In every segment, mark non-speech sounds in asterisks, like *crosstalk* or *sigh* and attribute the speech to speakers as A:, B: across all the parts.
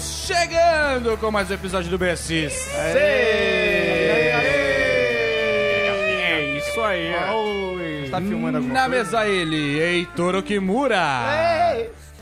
A: chegando com mais um episódio do BSIS.
B: É isso aí.
C: Tá filmando alguma
A: Na mesa ele, Heitor Okimura.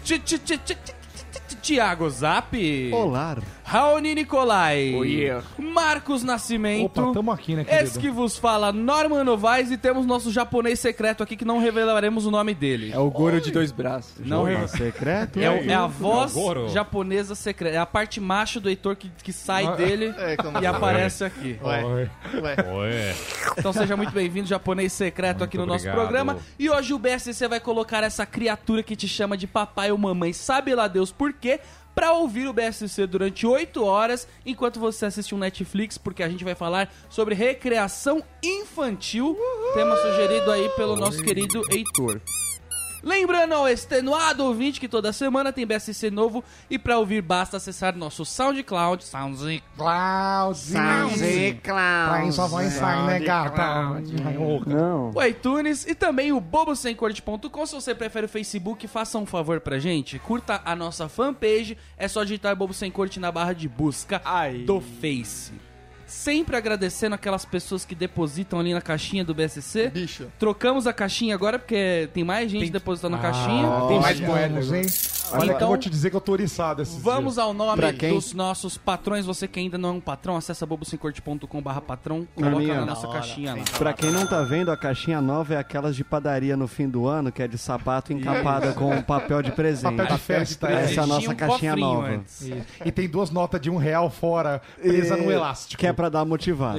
A: Ti- ti- ti- ti- ti- ti- ti- ti- Tiago Zap.
C: Olá.
A: Raoni Nicolai.
B: Oiê.
A: Marcos Nascimento.
C: Opa, tamo aqui, né, querido?
A: Esse que vos fala, Norman Novaes, e temos nosso japonês secreto aqui que não revelaremos o nome dele.
B: É o Goro de dois braços.
A: Não
C: Opa,
A: revela-
C: secreto.
A: É, o- é a voz
D: Goro.
A: japonesa secreta. É a parte macho do Heitor que, que sai dele
E: É, como
A: e aparece aqui.
E: Ué,
D: Oi.
E: ué.
D: Oi.
A: Então seja muito bem-vindo, japonês secreto, aqui no nosso
D: obrigado.
A: programa. E hoje o BSC vai colocar essa criatura que te chama de papai ou mamãe, sabe lá Deus por quê, pra ouvir o BSC durante 8 horas, enquanto você assiste um Netflix, porque a gente vai falar sobre recreação infantil, tema sugerido aí pelo nosso querido Heitor. Lembrando ao extenuado ouvinte que toda semana tem BSC novo e pra ouvir basta acessar nosso SoundCloud, SoundCloud,
E: Tá
C: Soundzinho. Põe sua voz sai, né, gata?
B: Não.
A: o iTunes e também o bobosemcorte.com. Se você prefere o Facebook, faça um favor pra gente. Curta a nossa fanpage. É só digitar Bobo Sem Corte na barra de busca
B: Ai.
A: do Face. Sempre agradecendo aquelas pessoas que depositam ali na caixinha do BSC.
E: Bicho.
A: Trocamos a caixinha agora, porque tem mais gente depositando a caixinha.
B: Tem mais
C: mais
B: moedas.
C: moedas, hein? Ah. Olha que
A: Então-
C: eu vou te dizer que eu tô oriçado esses
A: Vamos ao nome
E: Pra quem?
A: dos nossos patrões. Você que ainda não é um patrão, acessa bobosemcorte.com barra patrão. Coloca
F: Maninha.
A: na nossa caixinha lá.
F: Pra quem não tá vendo, a caixinha nova é aquelas de padaria no fim do ano, que é de sapato encapada com papel de presente.
C: Papel de festa.
F: Essa é a nossa
A: Tinha um
F: caixinha
A: cofrinho
F: nova.
A: antes.
C: dias. E tem duas notas de um real fora, presa no elástico. *laughs*
F: Que é pra dar motivada.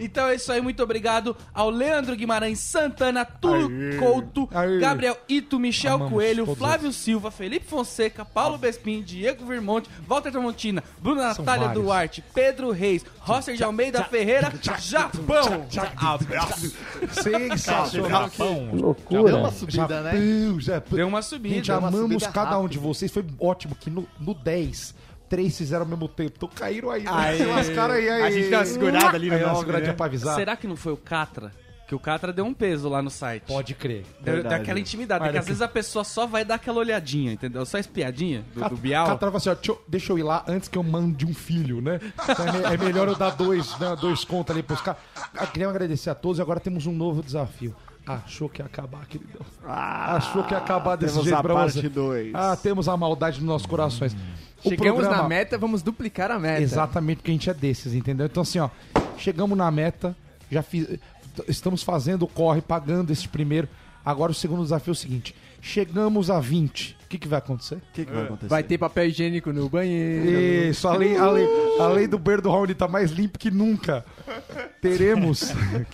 A: Então é isso aí, muito obrigado ao Leandro Guimarães Santana, Túlio Couto,
C: Aê.
A: Gabriel Ito, Michel
C: Amamos
A: Coelho,
C: todos
A: Flávio Silva, Felipe Fonseca, Paulo Bespin, Diego Vermonte, Walter Tramontina, Bruna
C: São
A: Natália
C: vários.
A: Duarte, Pedro Reis, Rosser de Almeida Ferreira, Japão.
C: Sensacional.
D: Japão.
E: Deu uma subida, né?
C: Japão, Japão.
A: Deu uma subida.
C: é, Gente,
E: Deu uma
C: amamos
E: subida
C: cada um
E: rápida.
C: de vocês. Foi ótimo que no, no 10, três fizeram ao mesmo tempo. Então caíram aí. né? Se lascaram aí, aí.
B: A gente deu uma segurada ali no
C: Aí dá uma
B: nosso,
C: seguradinha
B: né?
C: pra avisar.
A: Será que não foi o Catra? Que o Catra deu um peso lá no site.
C: Pode crer.
A: Deu, deu
F: Verdade.
A: aquela intimidade, porque
C: Olha
A: às
C: que-
A: vezes a pessoa só vai dar aquela olhadinha, entendeu? Só espiadinha do, do Bial.
C: Catra fala assim, ó, deixa eu- deixa eu ir lá antes que eu mande um filho, né? Então é, me- é melhor eu dar dois, né, dois contos ali pros caras. Ah, Queria agradecer a todos e agora temos um novo desafio. Achou que ia acabar, queridão. Achou que ia acabar desse
F: temos
C: jeito
F: a
C: pra
F: parte
C: você.
F: dois.
C: Ah, temos a maldade nos nossos corações. O
B: Chegamos
C: programa-
B: na meta, vamos duplicar a meta.
C: Exatamente, porque a gente é desses, entendeu? Então, assim, ó, chegamos na meta, já fiz, estamos fazendo o corre, pagando esse primeiro. Agora o segundo desafio é o seguinte: chegamos a 20. O que, que vai acontecer?
F: O que, que vai acontecer?
B: Vai ter papel higiênico no banheiro.
C: Isso, a lei, a lei, a lei do Berdo Raoni tá mais limpa que nunca. Teremos. *laughs*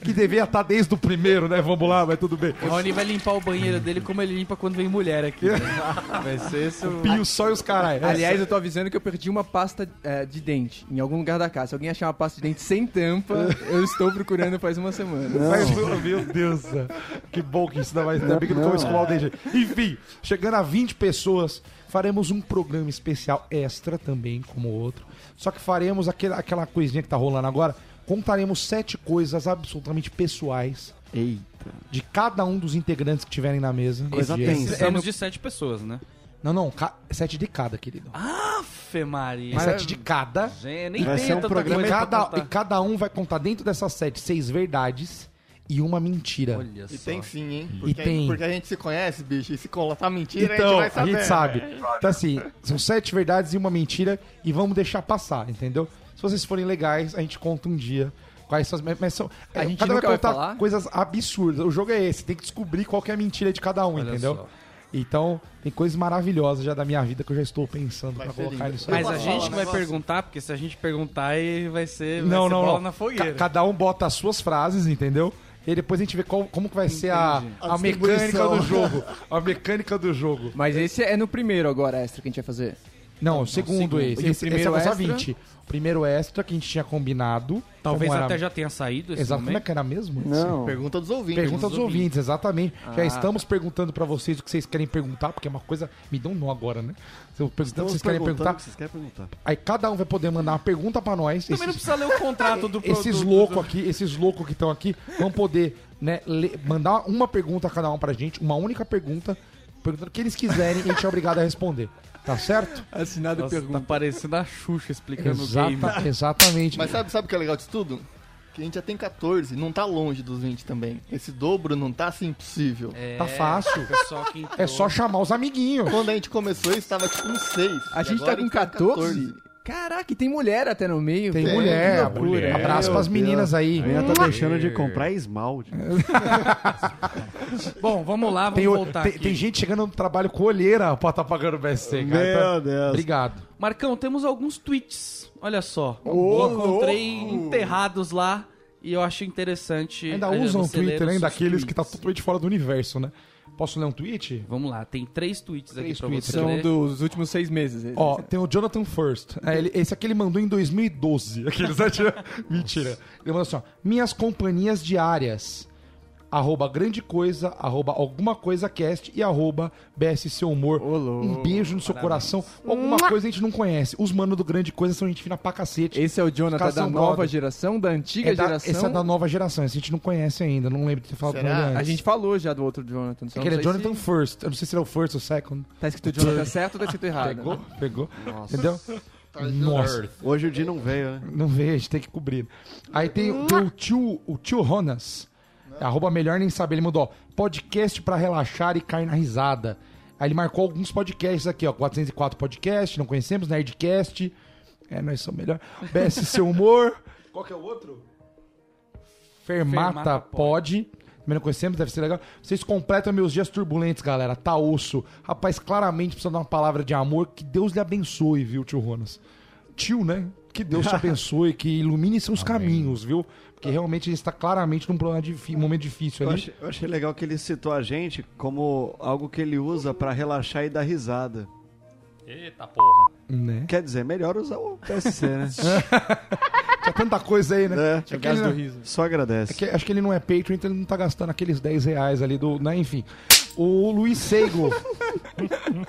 C: Que, que devia estar desde o primeiro, né? Vamos lá, mas tudo bem.
A: O Rony vai limpar o banheiro dele como ele limpa quando vem mulher aqui.
B: Vai ser isso.
C: Pio só e os né? caralho.
B: *laughs* Aliás, eu tô avisando que eu perdi uma pasta eh, de dente em algum lugar da casa. Se alguém achar uma pasta de dente
C: *laughs*
B: sem tampa, eu estou procurando faz uma semana.
C: Mas, meu Deus, do céu. que bom que isso dá mais. Ainda bem que eu não vou escovar o DG. Enfim, chegando a 20 pessoas, faremos um programa especial extra também, como o outro. Só que faremos aquele- aquela coisinha que tá rolando agora. Contaremos sete coisas absolutamente pessoais
F: Eita. Então
C: de cada um dos integrantes que tiverem na mesa.
F: Coisa
C: Esse-
F: tensa.
A: Precisamos de sete pessoas, né?
C: Não, não, ca- sete de cada, querido.
A: Afe Maria.
C: sete de cada.
A: Gente, nem
F: Vai
A: tem
F: ser um
A: tanta
F: programa
C: E
A: coisa pra
C: cada,
A: contar.
C: e cada um vai contar dentro dessas sete seis verdades e uma mentira.
A: Olha
E: E
A: só.
E: tem sim, hein? Porque,
C: tem.
E: porque a gente se conhece, bicho. E se tá mentira,
C: Então,
E: a gente vai saber.
C: sabe. Então, assim, são sete verdades e uma mentira e vamos deixar passar, entendeu? Se vocês forem legais, a gente conta um dia. Quais são as. Mas são,
B: A gente
C: cada um
B: nunca vai falar?
C: coisas absurdas. O jogo é esse, tem que descobrir qual que é a mentira de cada um, entendeu?
A: só.
C: Então, tem coisas maravilhosas já da minha vida que eu já estou pensando
E: Vai
C: pra
E: ser
C: colocar
E: lindo.
C: nisso aí.
A: Mas a gente
E: Posso falar um
A: que vai
E: negócio?
A: perguntar, porque se a gente perguntar, aí vai ser, vai
C: Não,
A: ser
C: não,
A: bola
C: não.
A: na
C: Ca-
A: fogueira.
C: cada um bota as suas frases, entendeu? E depois a gente vê qual- como que vai ser a, a
E: A
C: mecânica
E: distribuição.
C: do jogo. A mecânica do jogo.
B: Mas esse é no primeiro agora, extra, que a gente vai fazer.
C: Não, o segundo
B: segundo.
C: esse.
B: E o
C: Esse, esse
B: primeiro
C: é só
B: extra?
C: 20. O primeiro extra que a gente tinha combinado.
A: Talvez
C: Como um era-
A: até já tenha saído esse
C: Exato. Como é
A: momento.
C: que era mesmo?
F: Não.
E: Pergunta dos ouvintes.
C: Pergunta dos
A: dos ouvintes.
C: ouvintes, exatamente.
B: Ah.
C: Já estamos perguntando pra vocês o que vocês querem perguntar, porque é uma coisa. Me dão um nó agora, né? Se eu perguntando o que vocês querem perguntar.
F: Vocês querem perguntar?
C: Aí cada um vai poder mandar uma pergunta pra nós.
A: Também não
C: Esses-
A: precisa ler o contrato do produto.
C: *laughs* esses loucos aqui, esses loucos que estão aqui, vão poder né, le- mandar uma pergunta a cada um pra gente, uma única pergunta, perguntando o que eles quiserem e a gente é obrigado a responder. Tá certo?
B: Assinado
A: Nossa,
B: pergunta.
A: tá parecendo a Xuxa explicando o game.
C: Exata- Tá exatamente.
E: Mas sabe, sabe o que é legal disso tudo? Que a gente já tem 14, não tá longe dos 20 também. Esse dobro não tá assim impossível.
A: É,
C: Tá fácil.
A: o pessoal que entrou.
C: É só chamar os amiguinhos.
E: Quando a gente começou, isso tava tipo um 6.
B: A gente tá com 14? Caraca, e tem mulher até no meio.
C: Tem
B: velho.
C: mulher.
B: Que loucura.
D: mulher.
C: Abraço
F: Meu
C: pras meninas aí.
F: Eu tô tá deixando de comprar esmalte.
A: Bom, vamos lá, vamos
C: Tem, o-
A: voltar
C: tem-
A: aqui.
C: tem gente chegando no trabalho com olheira pra tá pagando o BSC, cara. Então,
F: Deus.
C: Obrigado.
A: Marcão, temos alguns tweets. Olha só.
C: Ô,
A: eu encontrei enterrados lá e eu acho interessante.
C: Ainda
A: eh,
C: usam o
A: você ler
C: Twitter,
A: os
C: né?
A: seus
C: Daqueles
A: tweets.
C: que tá totalmente fora do universo, né? Posso ler um tweet?
A: Vamos lá, tem três tweets
C: Três
A: aqui
C: tweets. então,
A: pra você.
B: São
A: ler.
B: dos últimos seis meses.
C: Ó, tem o Jonathan First. É, ele- esse aqui ele mandou em 2012. *laughs* Aqueles, né? Mentira. Ele mandou assim, ó. Minhas companhias diárias. Arroba grande coisa, arroba alguma coisa cast e arroba BSC Humor. um beijo no seu coração. Alguma coisa a gente não conhece. Os manos do grande coisa são gente fina pra cacete.
B: Esse é o Jonathan
C: Os caras
B: da
C: são
B: nova
C: brother.
B: geração, da antiga
C: É da,
B: geração.
C: esse é da nova geração, esse a gente não conhece ainda, não lembro de ter falado
E: Será?
C: com ele antes.
B: A gente falou já do outro Jonathan. só
C: que ele é
B: não sei
C: Jonathan First. Eu não sei se ele é o First ou Second.
B: se Tá escrito Jonathan certo ou tá escrito errado?
C: Pegou? Pegou? Entendeu? Nossa.
F: Hoje o Di não veio, né?
C: Não vê, a gente tem que cobrir. Aí tem, tem o tio, o tio Ronas. Arroba melhor nem saber. Ele mandou, ó, podcast pra relaxar e cair na risada. Aí ele marcou alguns podcasts aqui, ó. 404 Podcast, não conhecemos, Nerdcast. É, nós somos melhor. BSC Humor. Qual que é o outro? Fermata,
A: Fermata
C: Pod. Também não conhecemos, deve ser legal. Vocês completam meus dias turbulentos, galera. Tá osso. Rapaz, claramente precisa dar uma palavra de amor. Que Deus lhe abençoe, viu, tio Ronas? Tio, né? Que Deus
F: *laughs*
C: te abençoe, que ilumine seus caminhos, viu? Porque realmente ele está claramente num problema difí- momento difícil
F: Eu
C: ali.
F: achei, eu achei legal que ele citou a gente como algo que ele usa pra relaxar e dar risada.
D: Eita porra.
C: Né?
F: Quer dizer, melhor usar o PSC, né?
C: Tinha tanta coisa aí, né?
F: É,
C: É que ele não-
F: só agradece.
C: é que- acho que ele não é Patreon, então ele não tá gastando aqueles 10 reais ali do. Né? Enfim. O Luiz Seigo.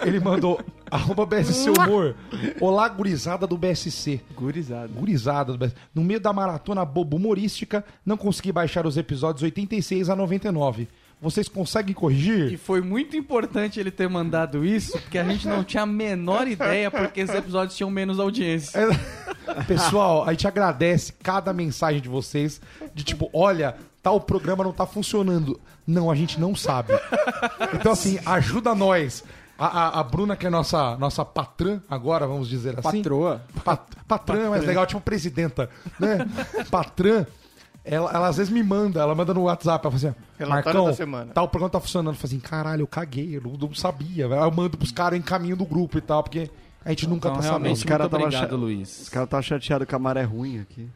C: ele mandou. *laughs* Arroba BSC Humor. Olá, gurizada do BSC.
B: Gurizado.
C: Gurizada do BSC. No meio da maratona bobo humorística, não consegui baixar os episódios 86 a 99. Vocês conseguem corrigir?
A: E foi muito importante ele ter mandado isso, porque a gente não tinha a menor ideia porque esses episódios tinham menos audiência.
C: É, Pessoal, a gente agradece cada mensagem de vocês. De tipo, olha, tal programa não tá funcionando. Não, a gente não sabe. Então, assim, ajuda nós. A, a- a Bruna, que é nossa, nossa patrã agora, vamos dizer assim.
B: Patroa.
C: Pat, patrã é mais legal, tipo presidenta, né? Patrã. Ela, ela às vezes me manda, ela manda no WhatsApp, ela fala assim, ó,
E: Relatório
C: Marcão,
E: da semana."
C: tal programa tá funcionando. Eu falo assim, caralho, eu caguei, eu não, não sabia. velho. Aí Eu mando pros caras em caminho do grupo e tal, porque a gente nunca
A: Então,
C: tá
A: realmente,
C: sabendo.
F: Os cara
A: muito
F: tava
A: obrigado,
F: achando-
A: Luiz.
F: Os caras tá chateado que a maré é ruim aqui.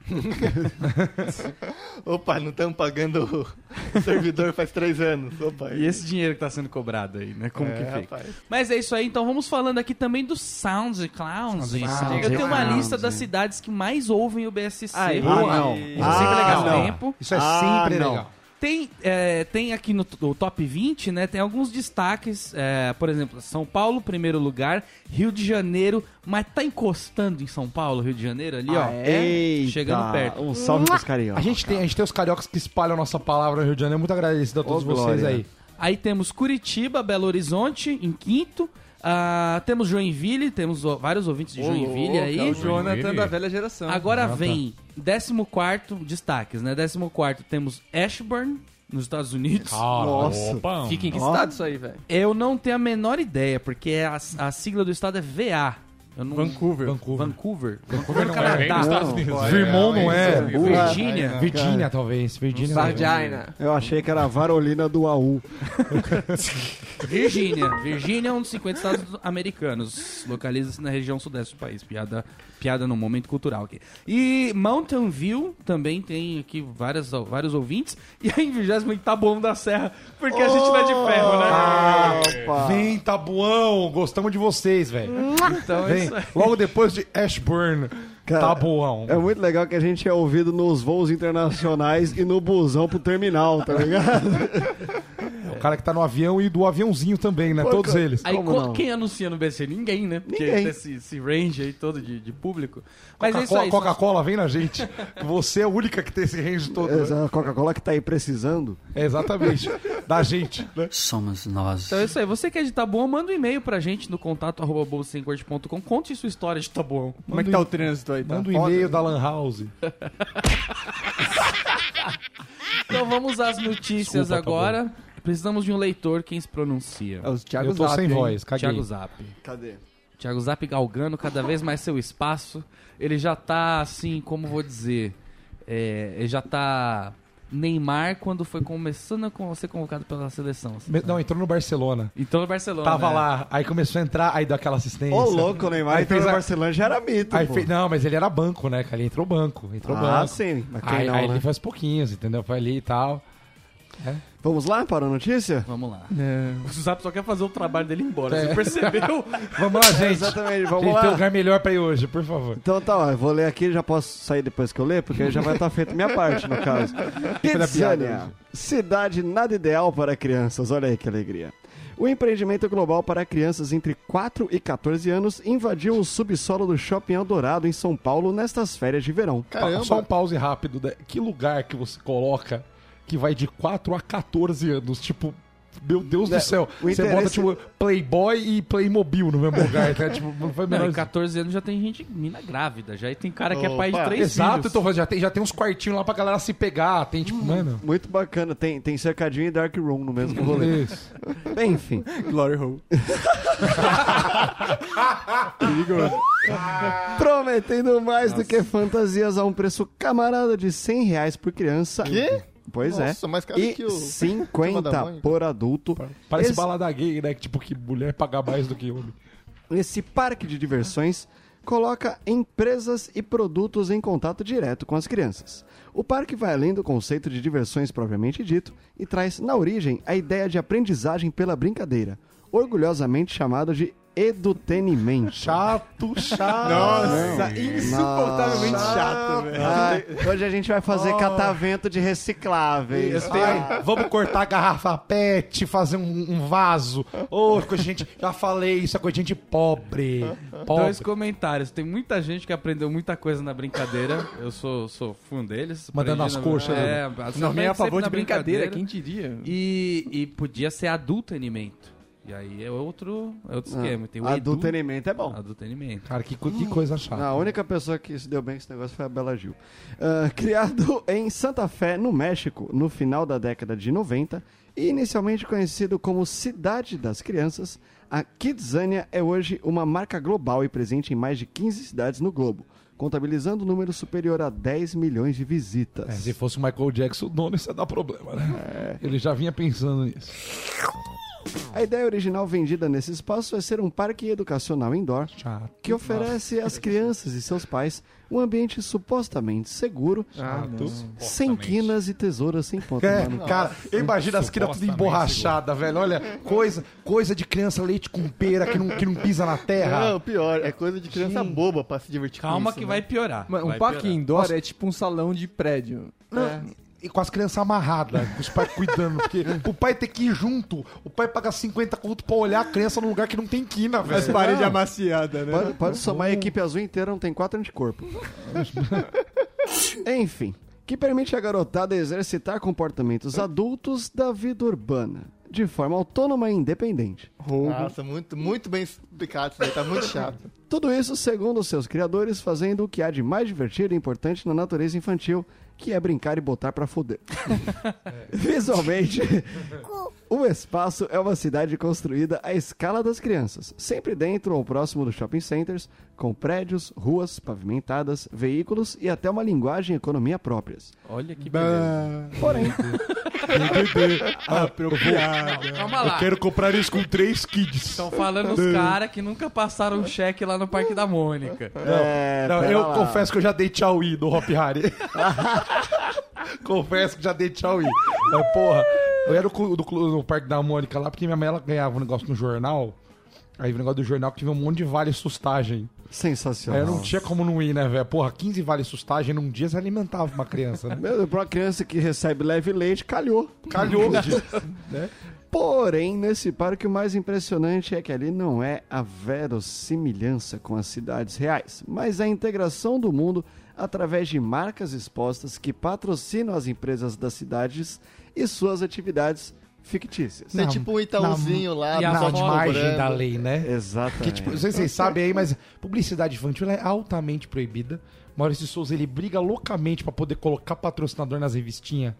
E: Opa, não estamos pagando o servidor faz 3 anos. Opa,
A: E esse dinheiro que tá sendo cobrado aí, né? Como
E: é,
A: que fica?
E: rapaz.
A: Mas é isso aí, então vamos falando aqui também do SoundCloud.
C: SoundCloud.
A: Eu tenho uma
F: SoundCloud.
A: lista das cidades que mais ouvem o BSC.
B: Aí.
F: Ah, não.
A: Inclusive,
F: Ah,
A: é legal
F: não.
A: tempo.
C: Isso é
F: Ah,
C: sempre
F: não.
C: legal.
A: Tem, é, tem aqui no, t- no top 20, né? Tem alguns destaques. é, por exemplo, São Paulo, primeiro lugar, Rio de Janeiro, mas tá encostando em São Paulo, Rio de Janeiro, ali, ó.
F: Ah, Eita,
A: Ah, é? Chegando perto.
F: Um salve pros carinhos.
C: A gente, tem, a gente tem os cariocas que espalham a nossa palavra no Rio de Janeiro. Muito agradecido a todos
F: Ô,
C: vocês
F: Glória.
C: aí.
A: Aí temos Curitiba, Belo Horizonte, em quinto. Ah, temos Joinville, temos ó, vários ouvintes de Joinville aí.
B: É o Jonathan
D: Joinville.
B: da velha geração.
A: Agora vem 14 destaques, né? 14 temos Ashburn, nos Estados Unidos.
C: Ah,
F: Nossa.
C: um
D: Opa.
B: Fica em
C: tá
B: que
F: Ó.
B: estado isso aí, velho?
A: Eu não tenho a menor ideia, porque a, a sigla do estado é VA. Eu não...
B: Vancouver.
C: Vancouver.
A: Vancouver.
D: Não
A: no
D: é nem nos
A: Canadá.
D: Estados Unidos.
C: Vermont não é.
A: Virgínia.
C: Virgínia, talvez. é. Virgínia.
B: Virginia.
F: Eu achei que era a varolina do AU.
A: Virgínia. Virgínia é um dos 50 estados americanos. Localiza-se na região sudeste do país. Piada, piada no momento cultural aqui. E Mountain View também tem aqui várias, vários ouvintes. E aí, em 20 Taboão da Serra, porque a gente não é de ferro, né?
C: Ah,
F: Opa.
C: vem, Tabuão. Gostamos de vocês, velho.
A: Então é
C: Vem.
A: isso aí.
C: Logo depois de Ashburn.
F: Cara,
C: Tabuão.
F: É muito legal que a gente
C: *laughs*
F: é ouvido nos voos internacionais e no busão pro terminal, tá ligado?
C: O cara que tá no avião e do aviãozinho também, né? Todos eles.
A: Aí
F: Como
A: co-
F: não?
A: quem anuncia no BC? Ninguém, né? Porque
F: Ninguém.
A: tem esse, esse range aí todo de, de público. Mas é isso
C: Coca-Cola,
A: aí.
C: Coca-Cola, vem na gente. Você é a única que tem esse range todo. né?
F: A Coca-Cola que tá aí precisando.
C: É, exatamente. da gente. né?
G: Somos nós.
A: Então é isso aí. Você que é de Taboão, manda um e-mail pra gente no contato arroba bolsaemcorte.com. Conte sua história de Taboão.
B: Como é que tá o trânsito aí? Tá
C: Manda um
B: foda?
C: e-mail da Lan House.
A: Então vamos às notícias
C: Desculpa,
A: agora. Precisamos de um leitor quem se pronuncia.
B: É, os Thiago
C: Eu tô
B: Zap,
C: sem
B: hein?
C: voz, caguei.
A: Thiago Zap.
F: Cadê?
A: Thiago Zap galgando cada vez mais seu espaço. Ele já tá assim, como vou dizer, é, ele já tá Neymar quando foi começando a con- ser convocado pela seleção. assim,
C: Me-
A: sabe?
C: Não, entrou no Barcelona.
A: Então no Barcelona.
C: Tava
A: né?
C: lá, aí começou a entrar, aí deu aquela assistência.
F: Ô, louco, o Neymar
C: Aí
F: entrou
C: fez
F: no
C: a-
F: Barcelona já era mito,
C: Aí
F: pô.
C: fez- Não, mas ele era banco, né, cara? Ele entrou banco. Entrou
F: Ah,
C: banco.
F: sim. Mas quem
C: Aí,
F: não,
C: aí
F: né?
C: ele faz pouquinhos, entendeu? Foi ali e tal.
F: Vamos lá para a notícia?
A: Vamos lá.
B: É.
A: O Zap só quer fazer o trabalho dele ir embora.
E: É.
A: Você percebeu?
C: Vamos
F: *laughs*
C: lá, gente.
F: Exatamente,
C: gente,
F: vamos
C: tem um
F: lá.
C: lugar melhor pra ir hoje, por favor.
F: Então tá, ó, eu vou ler aqui, já posso sair depois que eu ler, porque aí já vai estar feita minha parte, no caso. Pizzânia, cidade nada ideal para crianças, olha aí que alegria. O empreendimento global para crianças entre 4 e 14 anos invadiu o subsolo do Shopping Eldorado, em São Paulo, nestas férias de verão.
E: Caramba.
C: Só um pause rápido. né? Que lugar que você coloca que vai de 4 a 14 anos? Tipo, meu Deus
F: Né,
C: do céu.
F: o
C: Você bota,
F: interesse-
C: tipo, Playboy e Playmobil no mesmo lugar, tá? Tipo, não foi
A: Não,
C: melhor.
A: em 14 anos já tem gente, mina grávida. Já e tem cara que é pai de
E: Opa.
A: três
C: Exato,
A: filhos.
C: então já tem, já tem uns quartinhos lá pra galera se pegar. Tem, tipo, mano.
F: Muito bacana, tem, tem cercadinho e dark room no mesmo rolê.
C: *laughs* Isso.
F: Bem, enfim.
B: Glory Hole.
F: Prometendo mais do que fantasias a um preço camarada de 100 reais por criança.
E: Quê?
F: Pois é.
E: Nossa, mais caro
F: E
E: que o... *laughs*
F: 50
E: Mônica.
F: por adulto.
C: Parece
F: Esse-
C: balada gay, né? Que, tipo, que mulher paga mais do que homem.
F: Esse parque de diversões coloca empresas e produtos em contato direto com as crianças. O parque vai além do conceito de diversões propriamente dito e traz, na origem, a ideia de aprendizagem pela brincadeira, orgulhosamente chamada de edutenimento.
C: Chato, chato.
B: Nossa, insuportavelmente chato, velho.
F: Ah, hoje a gente vai fazer
E: Oh.
F: catavento de recicláveis.
C: Ai, vamos cortar a garrafa PET, fazer um, um vaso. Ô, coisa de gente, já falei, isso é coisa de gente pobre. Pobre.
A: Dois comentários. Tem muita gente que aprendeu muita coisa na brincadeira. Eu sou, sou fã deles.
C: Mandando
A: Aprendi
C: as
A: na-
C: coxas,
A: É, as-
B: Não, é a
A: sempre
B: favor
A: na
B: de brincadeira, quem diria?
A: E, e podia ser adultenimento. E aí é outro, é outro esquema. Tem o edu- Ah, tá.
F: Adultenimento é bom.
A: Adultenimento.
C: Cara, que, co- que coisa chata.
F: A única pessoa que se deu bem com esse negócio foi a Bela Gil. Ah, *laughs* criado em Santa Fé, no México, no final da década de 90, e inicialmente conhecido como Cidade das Crianças, a Kidzania é hoje uma marca global e presente em mais de 15 cidades no globo, contabilizando um número superior a 10 milhões de visitas.
C: É, se fosse o Michael Jackson, o dono isso ia dar problema, né?
B: É.
C: Ele já vinha pensando nisso.
F: A ideia original vendida nesse espaço é ser um parque educacional indoor
C: Chato.
F: que oferece às crianças e seus pais um ambiente supostamente seguro, sem quinas e tesouras sem ponta.
C: É,
F: mano.
C: cara, imagina as crianças tudo emborrachadas, velho. Olha, coisa, coisa de criança leite com pera que não, que não pisa na terra.
E: *laughs* Não, pior, é coisa de criança boba pra se divertir com
A: Calma
E: isso,
A: que
E: né?
A: vai piorar.
B: Mano, um
A: Vai
B: parque
A: piorar.
B: indoor é tipo um salão de prédio.
C: E com as crianças amarradas, com os pais cuidando. Porque o pai tem que ir junto. O pai paga 50 conto pra olhar a criança num lugar que não tem quina, velho.
B: paredes amaciadas, né?
F: Pode, pode somar a equipe azul inteira, não tem quatro anticorpos. *laughs* Enfim, que permite a garotada exercitar comportamentos adultos da vida urbana, de forma autônoma e independente.
E: né? Nossa, muito, muito bem explicado isso daí, tá muito chato.
F: Tudo isso, segundo os seus criadores, fazendo o que há de mais divertido e importante na natureza infantil, que é brincar e botar pra
C: *laughs*
F: foder. Visualmente, o espaço é uma cidade construída à escala das crianças, sempre dentro ou próximo dos shopping centers, com prédios, ruas pavimentadas, veículos e até uma linguagem e economia próprias.
A: Olha que beleza.
F: Porém,
C: *laughs* Ah,
A: Calma lá. Então
C: comprar isso com três kids.
A: Estão falando os caras que nunca passaram um cheque lá no Parque da Mônica.
F: é,
C: Não,
F: pera
C: eu
F: lá.
C: confesso que eu já dei tchau i no Hop Hari. *laughs* confesso que já dei tchau i. Mas, porra, eu era do, clu- do, clu- do Parque da Mônica lá, porque minha mãe ela ganhava um negócio no jornal. Aí o negócio do jornal que tive um monte de vale sustagem. Aí
F: Sensacional.
C: É, eu não tinha como não ir, né, velho? Porra, 15 vale sustagem num dia você alimentava uma criança,
F: *laughs*
C: né?
F: Meu, pra uma criança que recebe leve leite, calhou.
C: Calhou. né?
F: Porém, nesse parque, o mais impressionante é que ali não é a verossimilhança com as cidades reais, mas a integração do mundo através de marcas expostas que patrocinam as empresas das cidades e suas atividades fictícias.
C: Não.
E: Tem tipo um Itaúzinho lá,
A: e a
E: na
C: Na
A: foto
C: margem
E: branca.
C: da lei, né?
F: Exatamente.
C: Que, tipo, não sei se vocês sabem aí, mas publicidade infantil é altamente proibida. Maurício de Souza, ele briga loucamente pra poder colocar patrocinador nas revistinhas.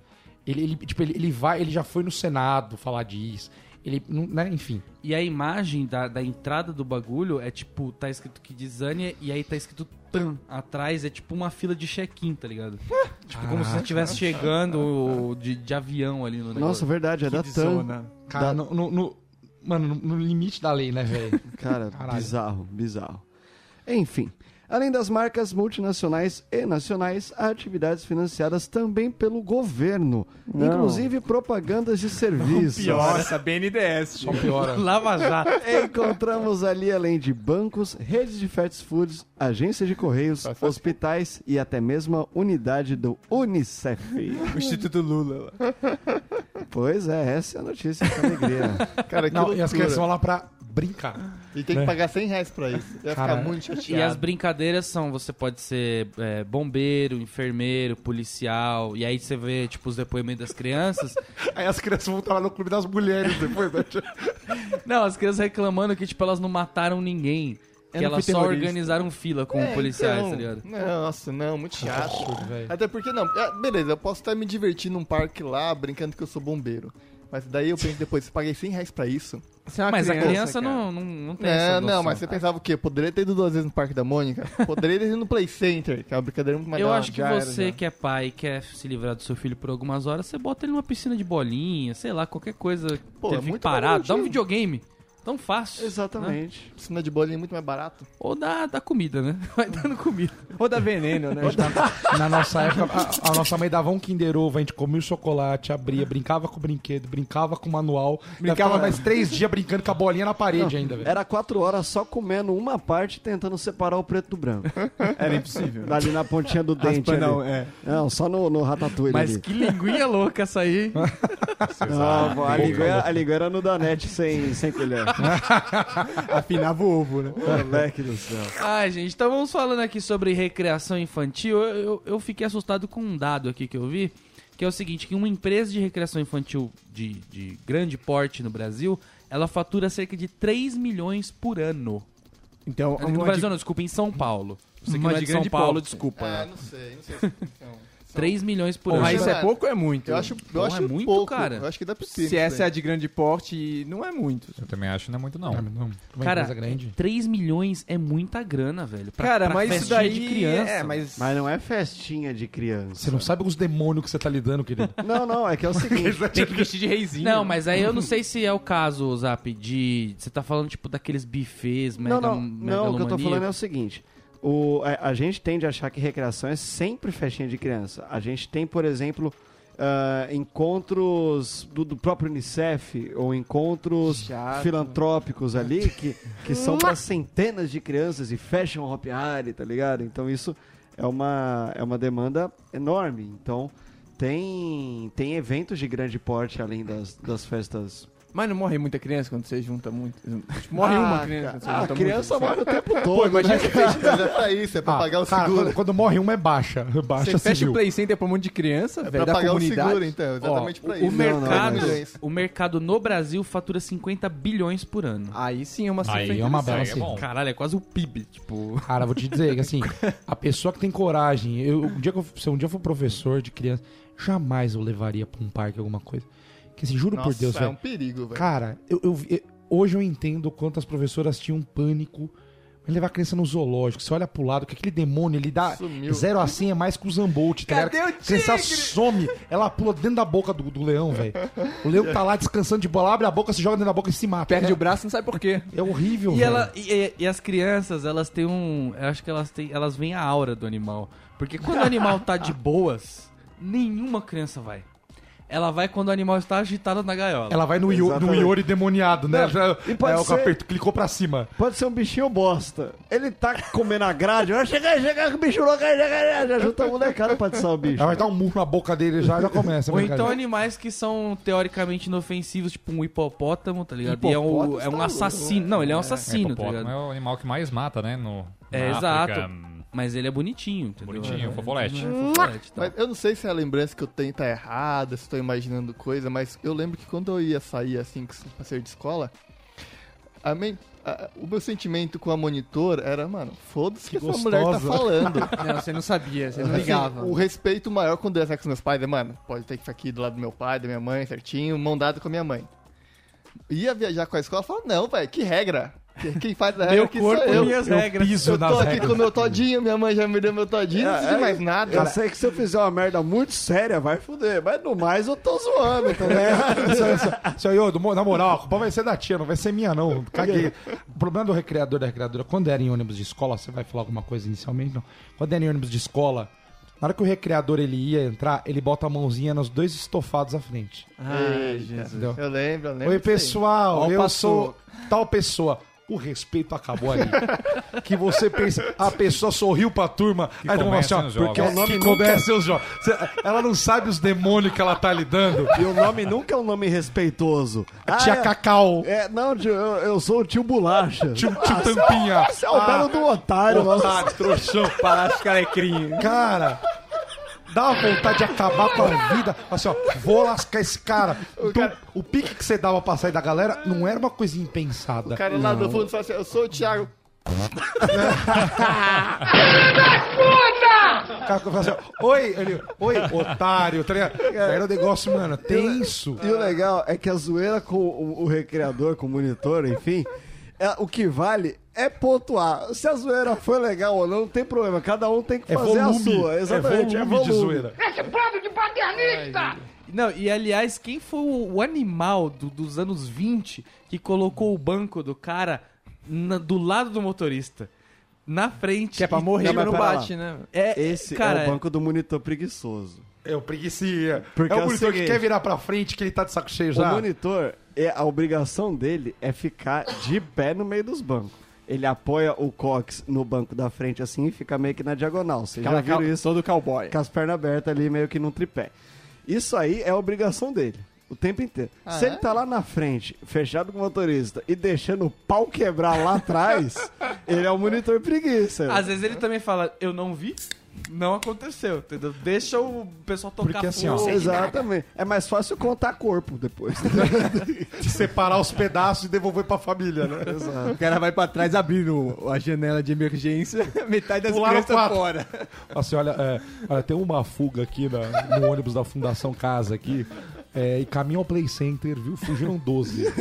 C: Ele, ele, tipo, ele, ele vai, ele já foi no Senado falar disso. Ele, não- né, enfim.
A: E a imagem da, da entrada do bagulho é tipo, tá escrito Kidzania e aí tá escrito TAM atrás, é tipo uma fila de check-in, tá ligado? tipo, como se você estivesse chegando de, de avião ali no negócio.
F: Nossa, verdade, é da TAM.
C: Cara,
F: Da-
C: no, no- no- mano, no, no limite da lei, né, velho?
F: Cara,
C: Caralho.
F: bizarro, bizarro. Enfim, além das marcas multinacionais e nacionais, há atividades financiadas também pelo governo, inclusive propagandas de serviços.
C: né?
B: Nossa, BNDES.
C: Só
A: *laughs*
C: piora.
A: Lava Jato.
F: Encontramos ali, além de bancos, redes de fast foods, agências de correios, hospitais e até mesmo a unidade do Unicef.
B: O Instituto Lula.
F: Pois é, essa é a notícia com alegria.
B: *laughs*
E: Cara, que
C: Não, e
E: loucura.
C: as crianças vão lá pra brincar.
E: E tem que pagar 100 reais pra isso. Eu ia ficar
C: Caralho.
E: muito chateado.
A: E *laughs* as brincadeiras são, você pode ser é, bombeiro, enfermeiro, policial, e aí você vê, tipo, os depoimentos das crianças.
B: *laughs*
C: Aí as crianças vão estar lá no clube das mulheres
E: *laughs*
C: depois. né?
E: É,
A: Não, as crianças reclamando que, tipo, elas não mataram ninguém. que
B: Eu não fui
A: elas só
B: terrorista.
A: organizaram fila com
E: É,
A: policiais,
E: então.
A: tá ligado?
E: Nossa, não, muito chato.
C: velho.
E: Até porque não, é, beleza, eu posso estar me divertindo num parque lá, brincando que eu sou bombeiro. Mas daí eu penso depois, se paguei 100 reais pra isso?
C: é
A: Mas a criança
B: cara.
A: não, não, não tem
E: É,
A: essa
E: não,
A: noção.
E: mas você pensava o quê? Poderia ter ido duas vezes no Parque da Mônica? Poderia ter ido no Play Center, que é uma brincadeira muito mais
A: Eu
E: da né? hora.
A: acho que
E: Já era,
A: você
E: já.
A: que é pai e quer se livrar do seu filho por algumas horas, você bota ele numa piscina de bolinha, sei lá, qualquer coisa.
E: Pô,
A: que ele
E: é
A: fique
E: muito
A: parado. Dá
E: baratinho.
A: um videogame. Tão fácil. né?
F: Exatamente.
E: Piscina de bolinha é muito mais barato.
A: Ou dá, dá comida, né? *laughs* Vai dando comida.
B: Ou da veneno, né?
C: Na nossa época, a, a nossa mãe dava um Kinder Ovo, a gente comia o chocolate, abria, brincava com o brinquedo, brincava com o manual. Brincava mais *laughs* três dias brincando com a bolinha na parede ainda, velho.
F: Era quatro horas só comendo uma parte tentando separar o preto do branco.
B: Era impossível.
F: Ali na pontinha do dente.
B: Aspa,
F: ali.
B: não, é.
F: Não, só no, no ratatouille
A: Mas
F: ali.
A: que linguinha louca essa aí. hein?
F: Não, pô, a, lingueira, a lingueira era no Danete sem, sem colher.
B: *laughs* é. Afinava o ovo, né?
F: Moleque do céu.
A: Ai, gente, então vamos falando aqui sobre recreação infantil. Eu, eu, eu fiquei assustado com um dado aqui que eu vi, que é o seguinte, que uma empresa de recreação infantil de, de grande porte no Brasil, ela fatura cerca de 3 milhões por ano.
B: Então,
A: É, no
B: uma
A: Brasil
B: de...
A: não, desculpa, em São Paulo. Você que
B: Uma
A: não é
B: de
A: de São
B: grande
A: Paulo,
B: porte.
A: desculpa.
B: É.
E: Ah, não sei, não sei. se- Então,
A: 3 milhões por
B: Porra,
A: ano.
E: Mas
B: isso né? é pouco ou é
E: *laughs*
B: muito?
E: eu acho, eu
A: Porra,
E: acho
A: é muito,
E: pouco.
A: cara.
E: Eu acho que dá pra ter. né?
B: Se essa é a de grande porte, não é muito.
D: Eu também acho que não é muito, não.
C: não, uma
A: Cara,
C: empresa grande.
A: 3 milhões é muita grana, velho. Pra,
B: Cara,
A: pra
B: mas isso
A: festinha
B: daí...
A: de criança.
B: É, mas...
F: Mas não é festinha de criança.
C: Você não sabe os demônios que você tá lidando, querido.
F: Não, não, é que é
C: *laughs*
F: o seguinte.
B: Tem que vestir de reizinho.
A: Não, mas aí eu não sei se é o caso, Zap, de... Você tá falando, tipo, daqueles buffets mega,
F: não, não, não, o que eu tô
A: megalomaníacos.
F: falando é o seguinte. O, é, a, a gente tende a achar que recreação é sempre festinha de criança. A gente tem, por exemplo, ah, encontros do, do próprio Unicef ou encontros
B: Chato.
F: filantrópicos ali que, que são para centenas de crianças e fecham o Hop Hari, tá ligado? Então isso é uma, é uma demanda enorme. Então tem, tem eventos de grande porte além das, das festas.
B: Mas não morre muita criança quando você junta muito? Morre
F: Ah,
B: uma criança quando você
F: cara,
B: junta
F: a criança
B: muito.
F: morre o tempo
E: né?
F: todo.
B: Pô,
E: *laughs*
B: imagina que você-
E: Mas é pra isso, é pra
C: Ah,
E: pagar o
C: cara,
E: seguro.
C: Quando, quando morre uma é baixa. *laughs* Baixa
B: você fecha
C: civil.
B: o play center pra um monte de criança,
E: É
B: velho,
E: pra
B: da
E: pagar o
B: comunidade.
E: seguro, então. Exatamente pra
A: O
E: isso.
A: mercado, é
E: Não, não, mas-
A: o mercado no Brasil fatura 50 bilhões por ano.
B: Aí sim é uma cifra
D: Aí é uma bela
B: interessante.
D: Aí é bom.
A: Caralho, é quase o PIB, tipo.
C: Cara, vou te dizer que assim, a pessoa que tem coragem, eu, um dia que eu, se um dia eu for professor de criança, jamais eu levaria pra um parque alguma coisa. Que assim, juro por
E: Nossa,
C: Deus,
E: é
C: velho.
E: um perigo, velho.
C: Cara, eu, eu vi- hoje eu entendo quantas professoras tinham um pânico em levar a criança no zoológico. Você olha pro lado, que aquele demônio, ele dá
E: Sumiu.
C: zero a 100 é mais que o Zambolt, tá
B: Cadê
C: ligado?
B: o
C: A criança some, ela pula dentro da boca do, do leão, velho. O leão tá lá descansando de bola, abre a boca, se joga dentro da boca e se mata.
B: Perde
C: é,
B: o braço, não sabe por quê.
C: é horrível,
A: E,
C: velho.
A: ela, e, e- e as crianças, elas têm um. Eu acho que elas têm. Elas veem a aura do animal. Porque quando o animal tá de boas, nenhuma criança vai. Ela vai quando o animal está agitado na gaiola.
C: Ela vai no, Io, no
F: Exatamente.
C: Iori demoniado, né?
F: Não,
C: Já,
F: e pode
C: é, o
F: ser-
C: aperto clicou pra cima.
F: Pode ser um bichinho bosta. Ele tá comendo a grade, olha, chega aí, chega aí, que o bicho louco, aí, chega aí, já junta a molecada pra atiçar o bicho.
C: Ela vai dar um murro na boca dele já
E: *laughs*
C: já começa. a
A: Ou
C: brincadeira.
A: então animais que são teoricamente inofensivos, tipo um hipopótamo, tá ligado? E é um,
F: Hipopótamo,
A: é um
F: tá
A: assassino. Não, ele é um assassino, tá
D: hipopótamo
A: ligado?
D: é o animal que mais mata, né? No,
A: É,
D: na
A: exato.
D: África, hum,
A: Mas ele é bonitinho, entendeu?
D: Bonitinho, fofolete.
A: É, fofolete, tá.
E: Mas eu não sei se é a lembrança que eu tenho tá errada, se tô imaginando coisa, mas eu lembro que quando eu ia sair assim, que- pra sair de escola, a men- a- o meu sentimento com a monitor era, mano, foda-se que,
C: Que
E: essa mulher tá
C: gostosa.
E: falando.
B: Não, você não sabia, você não
E: Assim,
B: ligava.
E: o respeito maior quando eu ia sair com meus pais é, mano, pode ter que ficar aqui do lado do meu pai, da minha mãe, certinho, mão dada com a minha mãe. Ia viajar com a escola, eu falava, não, velho, que regra. Que- Quem faz a regra
A: Meu
E: aqui
A: corpo,
E: sou eu.
A: minhas
C: Eu
A: regras.
C: piso
E: Eu
C: nas
E: tô aqui
C: regras.
E: com o meu todinho, minha mãe já me deu meu todinho, não preciso de mais nada. né?
F: Eu sei que se eu fizer uma merda muito séria, vai fuder. Mas no mais eu tô zoando, tá ligado?
C: É, Seu- seu- seu Iodo, mo- na moral, a culpa vai ser da tia, não vai ser minha, não. Caguei. O problema do recreador da recreadora, quando era em ônibus de escola, você vai falar alguma coisa inicialmente? Não. Quando era em ônibus de escola, na hora que o recreador ele ia entrar, ele bota a mãozinha nos dois estofados à frente.
E: Ai, Jesus.
C: Entendeu?
E: Eu lembro, eu lembro.
C: Oi,
E: disso aí.
C: pessoal,
B: Ó,
C: eu
B: passou.
C: sou tal pessoa. O respeito acabou ali. que você pensa, a pessoa sorriu pra turma,
D: Que
C: aí
D: comecem
C: mostra,
D: os jogos.
C: porque
D: É
C: o
D: o
C: nome que comece os jogos. Você- Ela não sabe os demônios que ela tá lidando.
F: E o nome nunca é um nome respeitoso. Ah,
C: Tia
F: é-
C: Cacau,
F: É, não, tio, eu, eu sou o tio Bolacha.
C: tio, tio Tampinha.
F: Você é o belo do otário. lá.
C: Otário, trouxão.
B: Palácio Calecrinho.
C: Cara, dá uma vontade de acabar com a vida. Assim, ó, vou lascar esse cara. Então, O, pique que você dava pra sair da galera não era uma coisa impensada.
E: O cara lá do fundo fala assim, eu sou o Thiago.
C: O cara fala assim, ó, oi, ele, oi, otário. Tá ligado?
F: *laughs*
C: era um negócio, mano, tenso.
F: E o legal é que a zoeira com o, o recreador, com o monitor, enfim, é, o que vale é pontuar. Se a zoeira foi legal ou não, não tem problema. Cada um tem que
C: É
F: fazer
C: volume.
F: a sua. Exatamente.
C: é volume de zoeira.
G: Esse bando de paternista!
A: Não, e aliás, quem foi o o animal do- dos anos 20 que colocou o banco do cara na- do lado do motorista? Na frente.
B: Que é pra
A: e-
B: morrer,
F: Não,
B: mas
F: mas
B: não
F: pera
B: bate, né?
A: É,
F: Esse
A: cara,
F: é o banco do monitor preguiçoso.
C: É, Eu preguiça.
F: Porque
C: é
F: é
C: o
F: o
C: monitor que
F: seguinte.
C: quer virar pra frente, que ele tá de saco cheio já.
F: O monitor, é, a obrigação dele é ficar de pé no meio dos bancos. Ele apoia o cox no banco da frente assim e fica meio que na diagonal. Vocês já viram isso?
B: Todo cowboy.
F: Com as pernas abertas ali, meio que num tripé. Isso aí é obrigação dele. O tempo inteiro.
A: Ah,
F: Se
A: é?
F: ele tá lá na frente, fechado com o motorista e deixando o pau quebrar lá atrás, ele é o monitor preguiça.
A: às vezes ele também fala, eu não vi, não aconteceu, entendeu? Deixa o pessoal tocar
C: Porque assim,
A: fogo.
C: ó,
F: Exatamente. É mais fácil contar corpo depois. né?
C: Separar os pedaços e devolver pra família, né?
F: Exato.
B: O cara vai pra trás abrindo a janela de emergência, metade das
C: Pularam
B: crianças
C: quatro.
B: *laughs* fora.
C: *laughs* Assim, olha, é, olha, tem uma fuga aqui na- no ônibus da Fundação Casa aqui. é, e caminho ao Play Center, viu? Fugiram *laughs* 12.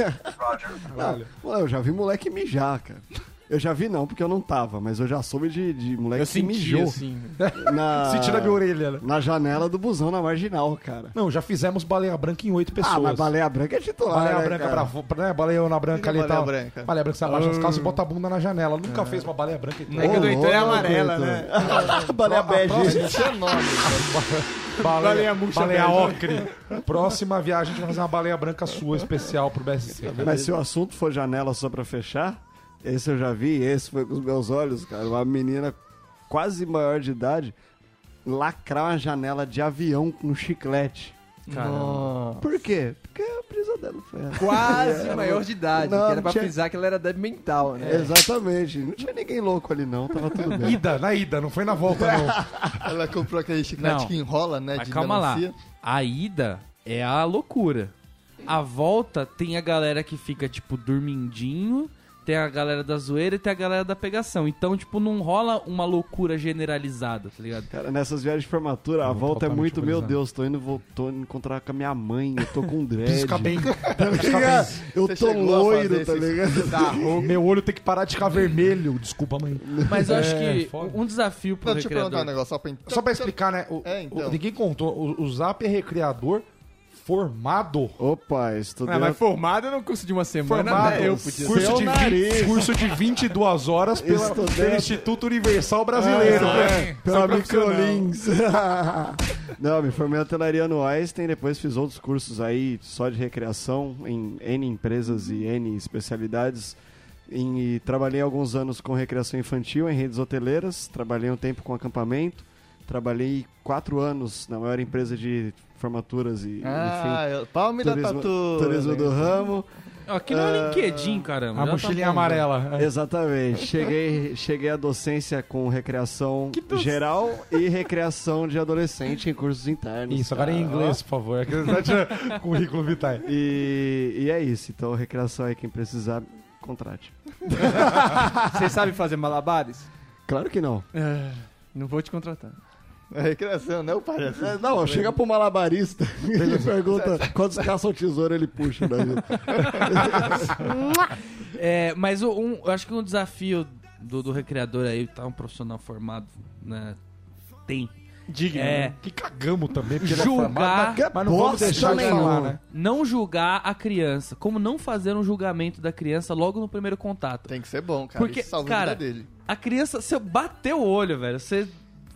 C: Caralho.
F: Ué, eu já vi moleque mijar, cara. Eu já vi não, porque eu não tava, mas eu já soube de, de moleque
B: Eu
F: que
B: senti,
F: mijou
B: assim.
F: na,
C: *laughs* Se tira minha orelha, né?
F: na janela do busão na marginal, cara.
C: Não, já fizemos baleia branca em oito pessoas.
F: Ah, mas baleia branca é titular,
C: Baleia
F: né,
C: branca
F: cara? é
C: pra, fo- né? Baleia na
E: Liga
C: branca ali e
E: baleia
C: tal.
E: branca.
C: Baleia branca, você abaixa as calças e
F: Ah.
C: bota a bunda na janela. Nunca fez uma baleia branca. Então.
B: É que
F: Ô,
B: o do Heitor é
F: louco,
B: amarela,
F: Heitor.
B: né?
F: baleia
C: Ó, a próxima-
F: bege.
E: Tinha nome.
C: Baleia,
B: Baleia murcha
C: baleia
B: branca.
C: ocre. Próxima viagem, a gente vai fazer uma baleia branca sua especial pro BSC.
F: Mas se o assunto for janela só pra fechar, esse eu já vi, esse foi com os meus olhos, cara. Uma menina quase maior de idade lacrar uma janela de avião com chiclete.
E: Nossa.
F: Por quê? Porque a brisa dela foi essa.
B: Quase maior de idade,
F: Não,
B: que era
F: não
B: pra
F: tinha-
B: frisar que ela era débil mental, né?
F: É. Exatamente. Não tinha ninguém louco ali, não. Tava tudo
C: *laughs*
F: bem.
C: Ida, na ida, não foi na volta, não.
E: Ela comprou aquele chiclete
A: Não.
E: que enrola, né?
A: Mas
E: de
A: calma lá.
E: melancia.
A: A ida é a loucura. A volta tem a galera que fica, tipo, dormindinho, tem a galera da zoeira e tem a galera da pegação. Então, tipo, não rola uma loucura generalizada, tá ligado?
F: Cara, nessas viagens de formatura, a
C: Não,
F: volta é
C: totalmente
F: muito, meu
C: organizado.
F: Deus, tô indo, vou, tô indo encontrar com a minha mãe, eu tô *laughs* com um dread.
C: Pisca bem. Pisca
F: Cara,
C: bem.
F: Eu
E: Você
F: tô
E: chegou a
F: loiro,
E: fazer
F: tá
E: esses-
F: ligado?
C: Meu olho tem que parar de ficar vermelho. Desculpa, mãe.
A: Mas eu acho
C: É,
A: que
C: foda.
A: um desafio pro
E: Não, deixa eu perguntar um
A: recreador...
E: negócio só pra...
C: Só pra explicar, né? O,
E: É, então.
C: o- ninguém contou. O, o Zap é recreador formado.
F: Opa, estudei...
B: Ah, mas formado no curso de uma semana,
C: Formado.
B: né? eu podia
C: curso,
F: Seu
C: de vinte-
F: nariz.
C: curso de 22 horas pela,
F: Estudante.
C: pelo Instituto Universal Brasileiro.
F: Ah,
C: né?
F: Pela
C: Sou profissional.
F: Microlins. *laughs* Não, me formei em hotelaria no Einstein, depois fiz outros cursos aí só de recreação em N empresas e N especialidades. Em- e trabalhei alguns anos com recreação infantil em redes hoteleiras, trabalhei um tempo com acampamento, trabalhei quatro anos na maior empresa de formaturas e
E: Ah, eu- palme
F: enfim,
E: da
F: turismo,
E: tatu.
F: turismo do ramo.
E: né?
A: Aqui não é LinkedIn, caramba.
C: A
A: já tá
C: mochilinha
A: bom,
C: amarela. É.
F: Exatamente. Cheguei, cheguei à docência com recreação geral e recreação de adolescente em cursos internos. tá?
C: Isso, agora em
F: cara.
C: inglês, por favor. Aqui não tá tirando *laughs* Currículo vitae.
F: E, e é isso. Então, recreação aí, quem precisar, contrate.
B: Você sabe fazer malabares?
F: Claro que não.
B: Não vou te contratar.
E: É recreação, né, o palhaço?
F: É, Não, chega pro malabarista *laughs* e ele pergunta quantos caçam tesouro ele puxa na vida.
A: É, mas o- um, eu acho que um desafio do, do recreador aí, tá um profissional formado, né? Tem.
C: Digno.
A: É.
D: né?
C: Que cagamos também, porque ele é
A: Julgar,
C: formado, mas- mas não vamos
F: bosta
C: deixar de falar,
F: nenhuma.
C: né?
A: não julgar a criança. Como não fazer um julgamento da criança logo no primeiro contato.
E: Tem que ser bom, cara.
A: Porque,
E: Isso salva
A: cara,
E: a vida dele.
A: A criança, você bateu o olho, velho. Você.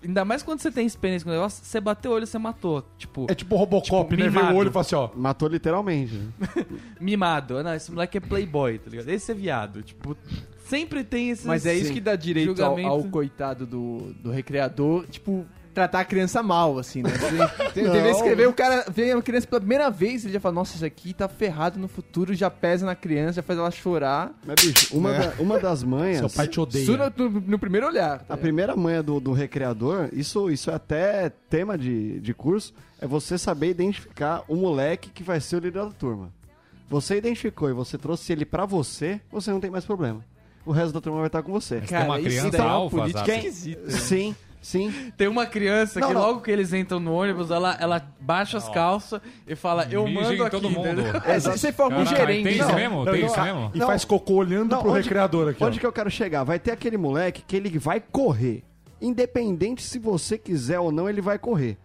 A: Ainda mais quando você tem experiência com o negócio, você bateu o olho, você matou. Tipo,
C: É tipo Robocop,
A: Tipo,
C: né? Vê o
A: mimado.
C: olho e fala assim, ó.
F: Matou literalmente.
A: mimado. Não, esse moleque é playboy, tá ligado? Esse é viado. Tipo, sempre tem esses.
B: Mas é isso
A: Sim.
B: que dá direito ao,
A: Julgamento.
B: ao coitado do, do recreador, tipo, tratar a criança mal, assim, né? Tem, tem, tem vez que vê o cara, vê a criança pela primeira vez, ele já fala, nossa, isso aqui tá ferrado no futuro, já pesa na criança, já faz ela chorar.
F: Mas, bicho, uma, da- uma das
C: É. Seu
F: manhas...
C: pai te odeia.
B: Isso no, no- no primeiro olhar. tá?
F: A primeira manha do, do recreador, isso, isso é até tema de, de curso, é você saber identificar o moleque que vai ser o líder da turma. Você identificou e você trouxe ele pra você, você não tem mais problema. O resto da turma vai estar com você.
D: Tem uma criança
B: daí é uma
D: alfa,
B: política
D: Zap.
B: esquisita. né?
F: Sim, sim.
A: Tem uma criança
F: Não,
A: que
F: não.
A: logo que eles entram no ônibus, ela, ela baixa as calças e fala, eu
D: Mija
A: mando
D: em
A: aqui.
D: todo mundo.
A: entendeu?
B: É, você- você forma um
D: Caralho, Tem
B: gerente.
D: isso
B: não.
D: mesmo?
C: Não,
D: Tem
C: não,
D: isso
C: a-
D: mesmo?
C: E faz cocô olhando
F: Não,
C: pro
F: onde-
C: recreador aqui, ó.
F: Onde que eu quero chegar? Vai ter aquele moleque que ele vai correr. Independente se você quiser ou não, ele vai correr.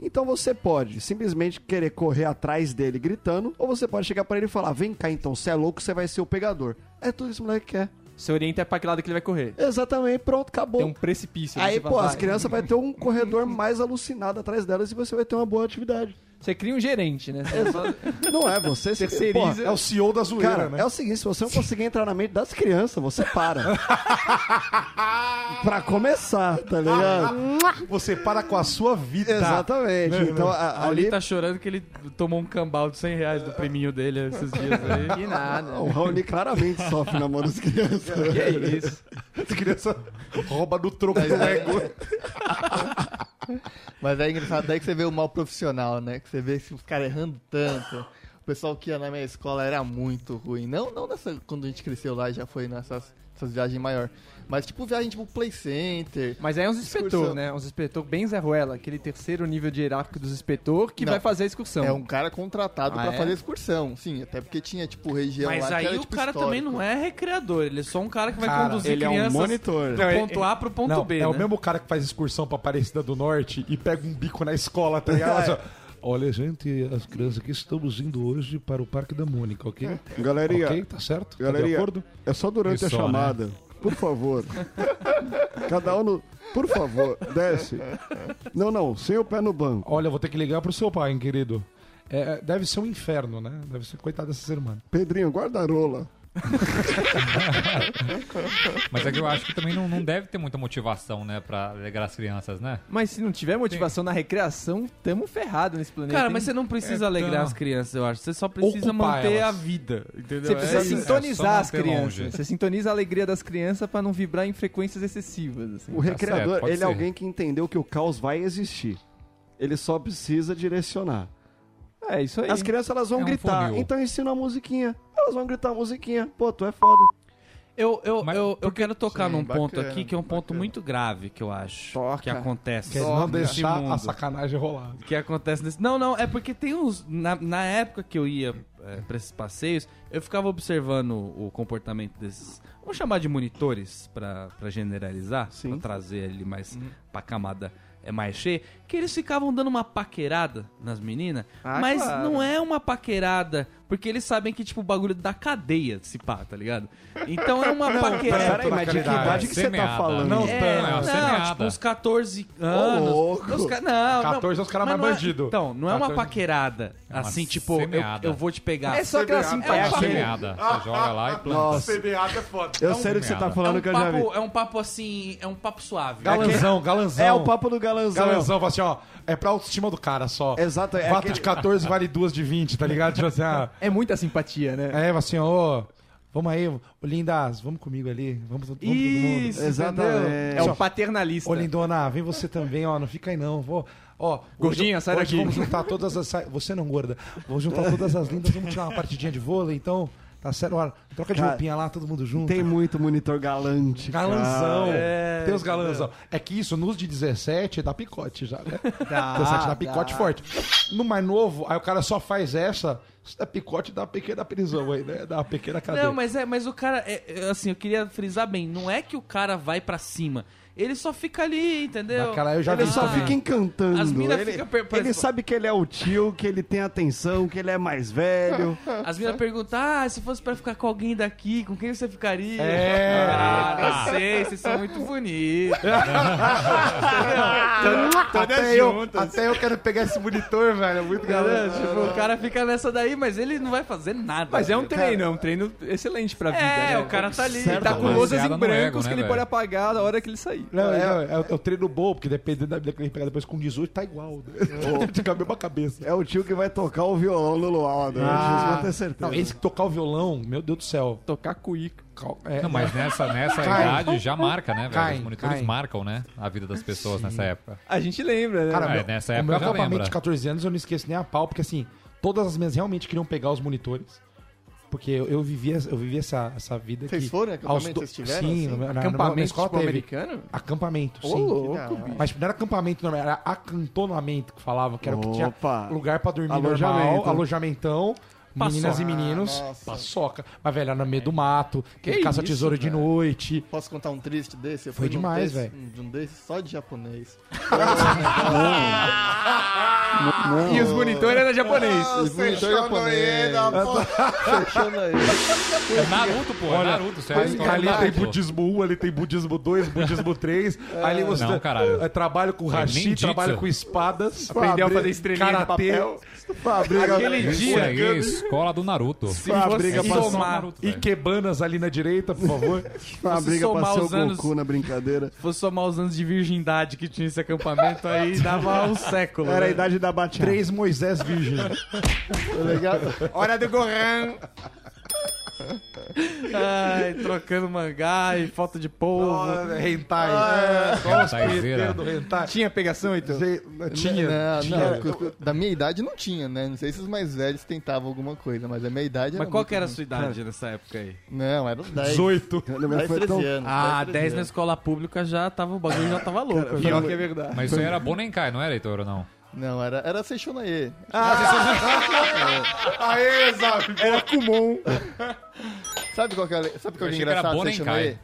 F: Então você pode simplesmente querer correr atrás dele gritando, ou você pode chegar pra ele e falar: vem cá então, você é louco, você vai ser o pegador. É tudo isso que o moleque quer.
B: Você orienta é pra que lado que ele vai correr.
F: Exatamente, pronto, acabou.
B: Tem um precipício.
F: Aí,
B: você fala,
F: pô, as
B: vai.
F: crianças vai ter um corredor mais alucinado atrás delas e você vai ter uma boa atividade.
B: Você cria um gerente, né? Você fala,
F: Não é você, se-
B: *laughs*
F: Pô,
B: Terceiriza.
C: É o CEO da zoeira,
F: Cara,
C: né?
F: é o seguinte, se você não conseguir entrar na mente das crianças, você para. pra começar, tá ligado?
C: Você para com a sua vida.
F: Exatamente. Então, a-
A: Ali
F: ali,
A: tá chorando que ele tomou um cambal de 100 reais do priminho dele esses dias aí.
B: que nada.
F: tá, o Raoni claramente sofre na mão das crianças.
B: Que é isso?
C: As crianças roubam Tá? no troco do ego.
E: Mas é engraçado daí que você vê o mal profissional, né? Que você vê esse cara errando tanto. O pessoal que ia na minha escola era muito ruim. Não, não nessa. Quando a gente cresceu lá, já foi nessas essas viagens maior. Mas tipo viagem tipo Play Center.
B: Mas aí é uns inspetor,
E: Excursão.
B: né? Uns inspetor bem Zé Ruela, aquele terceiro nível de hierárquico dos inspetor que
E: Não.
B: vai fazer a excursão.
E: É um cara contratado
B: Ah,
E: pra
B: é?
E: fazer excursão, sim. Até porque tinha, tipo, região lá
A: Mas
E: que
A: aí
E: era,
A: o
E: tipo,
A: cara também não é recreador, ele é só um cara que vai
C: Cara,
A: conduzir crianças
F: é um monitor.
A: do
C: Não,
A: ponto A pro ponto
C: Não,
A: B,
C: é
A: né?
C: o mesmo cara que faz excursão pra Aparecida do Norte e pega um bico na escola, tá ligado? Olha só, Olha, gente, as crianças aqui estamos indo hoje para o Parque da Mônica, ok?
F: Galerinha,
C: Ok, tá certo? Tá de
F: Galerinha,
C: acordo?
F: É só durante
D: E
F: a
D: só,
F: chamada. Por favor. Cada um no... Por favor, desce. Não, não, sem o pé no banco.
C: Olha, eu vou ter que ligar pro seu pai, hein, querido. É, é, deve ser um inferno, né? Deve ser coitado dessa semana.
F: Pedrinho, guarda-rola.
D: Mas é que eu acho que também não, não deve ter muita motivação, né? Pra alegrar as crianças, né?
B: Mas se não tiver motivação na recreação, tamo ferrado nesse planeta.
A: Cara,
B: hein?
A: mas você não precisa
D: É,
A: alegrar
D: então.
A: as crianças, eu acho. Você só precisa
C: Ocupar
A: manter
C: elas.
A: a vida, entendeu?
B: Você precisa
A: É isso.
B: sintonizar
D: É, só
B: as
D: manter
B: crianças.
D: longe.
B: Você sintoniza a alegria das crianças pra não vibrar em frequências excessivas. assim.
F: O recreador,
D: certo, pode
F: ele
D: ser.
F: é alguém que entendeu que o caos vai existir. Ele só precisa direcionar.
B: É isso aí.
F: As crianças elas vão
D: É um
F: gritar,
D: funil.
F: então ensina a musiquinha. Elas vão gritar a musiquinha. Pô, tu é foda.
A: Eu, eu,
D: Mas
A: eu, eu quero tocar
E: Sim,
A: num ponto
E: bacana,
A: aqui que é um ponto
E: bacana.
A: muito grave que eu acho
B: Toca.
A: que acontece.
C: Quer não
A: nesse
C: deixar a
A: mundo.
C: sacanagem
F: É
C: rolar.
A: que acontece nesse. Não, não, é porque tem uns. Na, na época que eu ia é, pra esses passeios, eu ficava observando o o comportamento desses. Vamos chamar de monitores, pra, pra generalizar,
F: Sim. Uhum.
A: pra trazer ele mais pra camada é mais cheia, que eles ficavam dando uma paquerada nas meninas,
B: Ah,
A: mas
B: claro.
A: não é uma paquerada Porque eles sabem que, tipo, o bagulho da cadeia se pá, tá ligado? Então é uma paquera.
F: Peraí, mas de que
C: Pela
F: idade que você tá
D: semeada.
F: falando?
C: Não,
A: É,
C: pera, é uma
A: não,
D: semeada.
A: tipo, uns 14 anos.
F: louco.
A: Os ca- Não, não.
C: 14 é os caras
A: Mas
C: mais
A: não é-
C: bandidos.
A: Então, não é uma
C: 14.
A: paquerada.
D: uma
A: assim, tipo, eu,
D: semeada.
A: eu vou te pegar.
B: É só aquela
A: É uma
B: simpatia.
A: paquera.
D: Semeada. Você joga lá e planta.
F: Nossa,
C: CBA é foda.
F: eu sei do que você tá
D: merda.
A: É
F: falando
A: um,
F: que eu já vi.
A: papo, é um papo assim, é um papo suave.
C: Galanzão, galanzão.
F: É o papo do galanzão.
C: Galanzão, fala assim, ó, é pra autoestima do cara só.
F: Exato, é
C: Fato
F: aquele-
C: de 14 vale duas de 20, tá ligado? Tipo assim,
F: *laughs*
C: ah,
B: É muita simpatia, né?
C: é, assim, ó, vamos aí, ô, lindas, vamos comigo ali, vamos, vamos todo mundo.
B: Isso,
F: Exatamente.
B: entendeu? É
C: Só-
B: o paternalista.
C: Ô, lindona, vem você também, ó, não fica aí não, vou... Ó, hoje-
B: Gordinha, sai
C: hoje
B: daqui.
C: Vamos juntar todas as... sai- Você não, gorda. Vamos juntar todas as lindas, vamos tirar uma partidinha de vôlei, então... Tá certo, ó, troca de
F: Cara,
C: roupinha lá, todo mundo junto.
F: Tem muito monitor galante. cara.
C: Galanzão. tem os galanzão. É que isso, nos de 17, dá picote já, né?
B: Dá,
C: 17 dá picote
B: dá.
C: forte. No mais novo, aí o cara só faz essa, se dá picote, dá uma pequena prisão aí, né? Dá uma pequena cadeia.
A: Não, mas é, mas o cara, é, é, assim, eu queria frisar bem, não é que o cara vai pra cima, ele só fica ali, entendeu?
C: Mas, cara, eu já
F: Ele
C: vi
F: só
C: também.
F: fica encantando.
A: As mina
F: ele
A: fica per-
F: ele
A: parece-
F: sabe que ele é o tio, que ele tem atenção, que ele é
A: *laughs*
F: mais velho.
A: As meninas perguntam, ah, se fosse pra ficar com alguém daqui, com quem você ficaria?
C: É.
A: Ah, não sei, vocês são muito bonitos.
C: até, eu, até eu quero pegar esse monitor, velho. É muito galã.
A: Entendeu? Tipo, o cara fica nessa daí, mas ele não vai fazer nada.
B: Mas é um treino, é um treino excelente pra vida.
A: É,
B: né?
A: o cara tá ali.
B: Ele tá com
D: Baseado
B: louças
D: no
B: em brancos
D: ego, né,
B: que ele
D: velho?
B: pode apagar na hora que ele sair.
C: Não, é, é, é o treino bom, porque dependendo da vida que ele pegar depois com 18, tá igual. Né? *laughs* Fica a mesma cabeça. É,
F: É o tio que vai tocar o violão no luau né? à noite. isso eu tenho certeza.
C: Ah. Não, esse que tocar o violão, meu Deus do céu.
B: Tocar cuíca.
C: Cal- é,
D: Não, mas nessa, nessa
C: Cai.
D: idade já marca, né, velho?
C: Cai,
D: Os monitores
C: cai.
D: marcam, né? A vida das pessoas nessa época.
B: A gente lembra, né?
C: Cara,
D: Ah,
C: meu,
D: nessa
C: é, o
D: época
C: meu
D: eu já
C: acampamento
D: lembro.
C: de 14 anos eu não esqueço nem a pau, porque assim, todas as minhas realmente queriam pegar os monitores. Porque eu, eu vivia, eu vivia essa, essa vida
E: Vocês
C: que...
E: foram em acampamento?
C: aos do-
E: Vocês tiveram, assim?
C: Sim, na- na, na,
B: acampamento
C: na escola
B: tipo,
C: teve.
B: americano?
C: Acampamento,
B: Ô,
C: sim.
E: da
B: louco,
E: hora.
B: bicho.
C: Mas não era acampamento, não, era acantonamento que falava, que era o que tinha
F: Opa.
C: lugar pra dormir normal,
F: Alojamento.
C: alojamentão, meninas
A: Paçoca.
C: e meninos,
E: Ah, nossa.
C: paçoca. Mas, velho, era no meio do mato, que
B: Que
C: caça
B: isso,
C: tesouro de
B: velho.
C: noite.
E: Posso contar um triste desse? Eu
C: Foi
E: fui num
C: demais,
E: desse-
C: velho.
E: um- Um desse só de japonês.
B: E os monitores eram japonês.
A: Ah,
E: Ah, Fechou japonês. Fechando aí.
D: É Naruto, pô. É Naruto. Isso é a
C: Ali,
D: história
C: tá ali
D: do
C: tem
D: Naruto.
C: budismo 1, ali tem budismo 2, budismo
F: *laughs*
C: 3. ali você
D: Não, caralho.
C: é, trabalha com hashi,
D: ninjitsu.
C: trabalha com espadas,
B: Aprendeu a
C: abre-
B: fazer estrelinha de
C: karatê.
B: papel.
F: Fabrica-
A: Aquele
D: Isso
A: dia,
D: aí é escola do Naruto.
A: se você
F: briga pra-
A: somar,
C: Ikebanas ali na direita, por favor.
F: uma
A: se
F: briga pra
A: somar
F: ser o
A: os anos-
F: Goku na brincadeira.
A: se fosse somar os anos de virgindade que tinha esse acampamento, aí dava um século.
F: Era a
A: né?
F: idade *laughs* da bateria.
C: Três Moisés virgem.
B: Hora do Gohan.
A: Ai, trocando mangá e falta de polvo.
C: Hentai.
D: Tá Taizeira.
C: Do hentai.
B: Tá. Tinha pegação, então?
C: Tinha.
E: Não, não, cu- da minha idade não tinha, né? Não sei se os mais velhos tentavam alguma coisa, mas a minha idade era.
A: Mas qual
E: muito
A: que era a
E: ruim.
A: sua idade nessa época aí?
E: Não, era os 10.
C: 18.
F: Olha, mas
E: 10,
F: foi
E: 13
F: tão-
E: anos.
A: Ah,
E: 13
A: 10 na
E: anos.
A: escola pública já tava, o bagulho já tava louco. né?
B: Pior que é verdade.
D: Mas isso aí era Bonenkai, não era, Heitor,
E: *laughs*
D: ou não?
E: Não, era, era Seixonaê.
C: Aê, Zap.
F: Era Kumon.
E: Sabe qual que é, sabe qual que é
D: achei que era
E: engraçado
D: Bonenkai.
E: Seixonaê?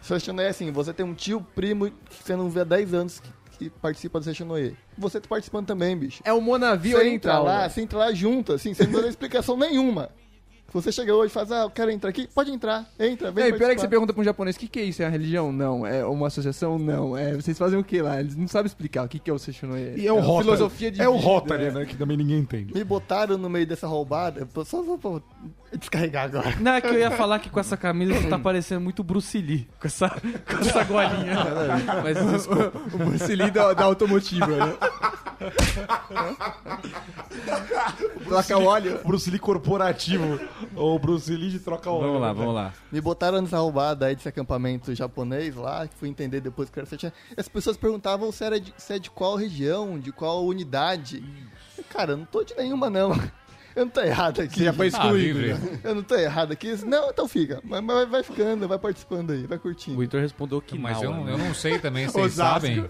E: Seixonaê é assim, você tem um tio, primo, que você não vê há 10 anos que, que participa do Seixonaê. Você tá participando também, bicho.
B: É o Monavi
E: Você entra
B: Oriental. né?
E: lá,
B: velho.
E: você entra lá junto, assim, você não dá *laughs* explicação nenhuma. Você chega hoje e faz, ah, eu quero entrar aqui, pode entrar, entra, vem
B: Não, e pior é que você
E: participar.
B: pergunta pra um japonês, o que, que é isso? É uma religião? Não. É uma associação? Não. É, vocês fazem o que lá? Eles não sabem explicar o que, que é o Seishonoe.
C: E é o Rotary.
B: Filosofia de
C: É o
B: vida, *laughs*
C: Rotary,
B: né?
C: né? Que também ninguém entende.
E: Me botaram no meio dessa roubada, eu tô- só vou, vou descarregar agora.
A: Não, é que eu ia falar que com essa camisa você tá parecendo muito Bruce Lee, com essa, com essa golinha. Mas desculpa.
B: O Bruce Lee da, da automotiva, né? Troca óleo.
C: Bruce Lee corporativo. Ou Bruce Lee de troca óleo.
A: Vamos lá,
C: né,
A: vamos lá.
E: Me botaram nessa roubada aí desse acampamento japonês lá, que fui entender depois que era sete As pessoas perguntavam se, era de, se é de qual região, de qual unidade. Cara, eu não tô de nenhuma, não. Eu não tô errado aqui.
B: Você já foi
D: Ah,
B: excluído.
D: livre.
E: Eu não tô errado aqui. Não, então fica. Mas, mas vai ficando, vai participando aí, vai curtindo.
A: O Heitor respondeu que
D: Mas
A: não.
D: eu, não-
A: né?
D: eu não sei
E: *laughs*
D: também, vocês
B: Osasco.
D: sabem.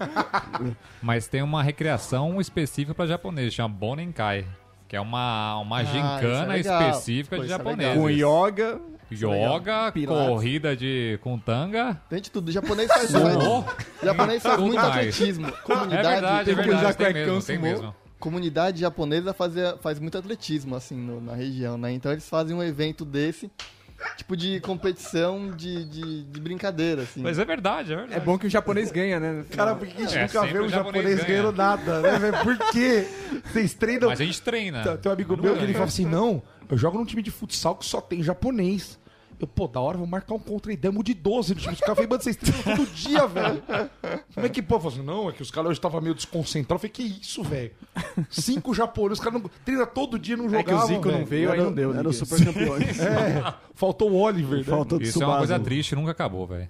D: Mas tem uma recreação específica pra japonês, chama Bonenkai. Que é uma, uma gincana
E: Ah, isso é legal.
D: específica
E: Pô,
D: de
E: isso é legal.
D: japoneses.
B: Com é yoga.
D: Yoga,
B: Pilates.
D: corrida de com tanga.
E: Tem de tudo. O japonês faz, faz,
D: Sumô.
E: o japonês faz
D: Tudo
E: muito
D: mais.
E: atletismo.
D: É
E: Comunidade.
D: verdade, é
E: tem-
B: que usar
D: verdade. Tem
B: cuecão
D: mesmo, tem
B: sumô.
D: mesmo.
E: comunidade japonesa fazia, faz muito atletismo, assim, no- na região, né? Então eles fazem um evento desse, tipo de competição de, de, de brincadeira, assim.
D: Mas é verdade, é
B: É
D: verdade.
B: bom que o japonês ganha, né? no final.
C: Cara, por que a gente
D: É,
C: nunca
D: sempre
C: vê
D: o
C: um
D: japonês
C: japonês
D: ganha.
C: ganhando nada, né, velho? Por quê? Vocês
B: Então,
C: treinam.
D: Mas a gente treina.
C: Tem- Tem um amigo
D: Não
C: meu
D: é.
C: que ele fala assim: não, eu jogo num time de futsal que só tem japonês. Eu, pô, da hora, vou marcar um contra e demo de 12 no time. Os caras falam, mano, vocês treinam todo dia, velho. Como é que, pô, eu falo assim, não, é que os caras hoje estavam meio desconcentrados. Eu falei, que isso, velho? Cinco japoneses, os caras não treinam todo dia, não
B: é que o
C: jogavam,
B: Zico não
C: velho.
B: veio, aí não deu.
F: Era
B: ninguém.
F: o super campeão.
C: É, faltou o Oliver, né?
F: Falta de
D: Isso é uma coisa
F: Tsubasa.
D: triste, nunca acabou, velho.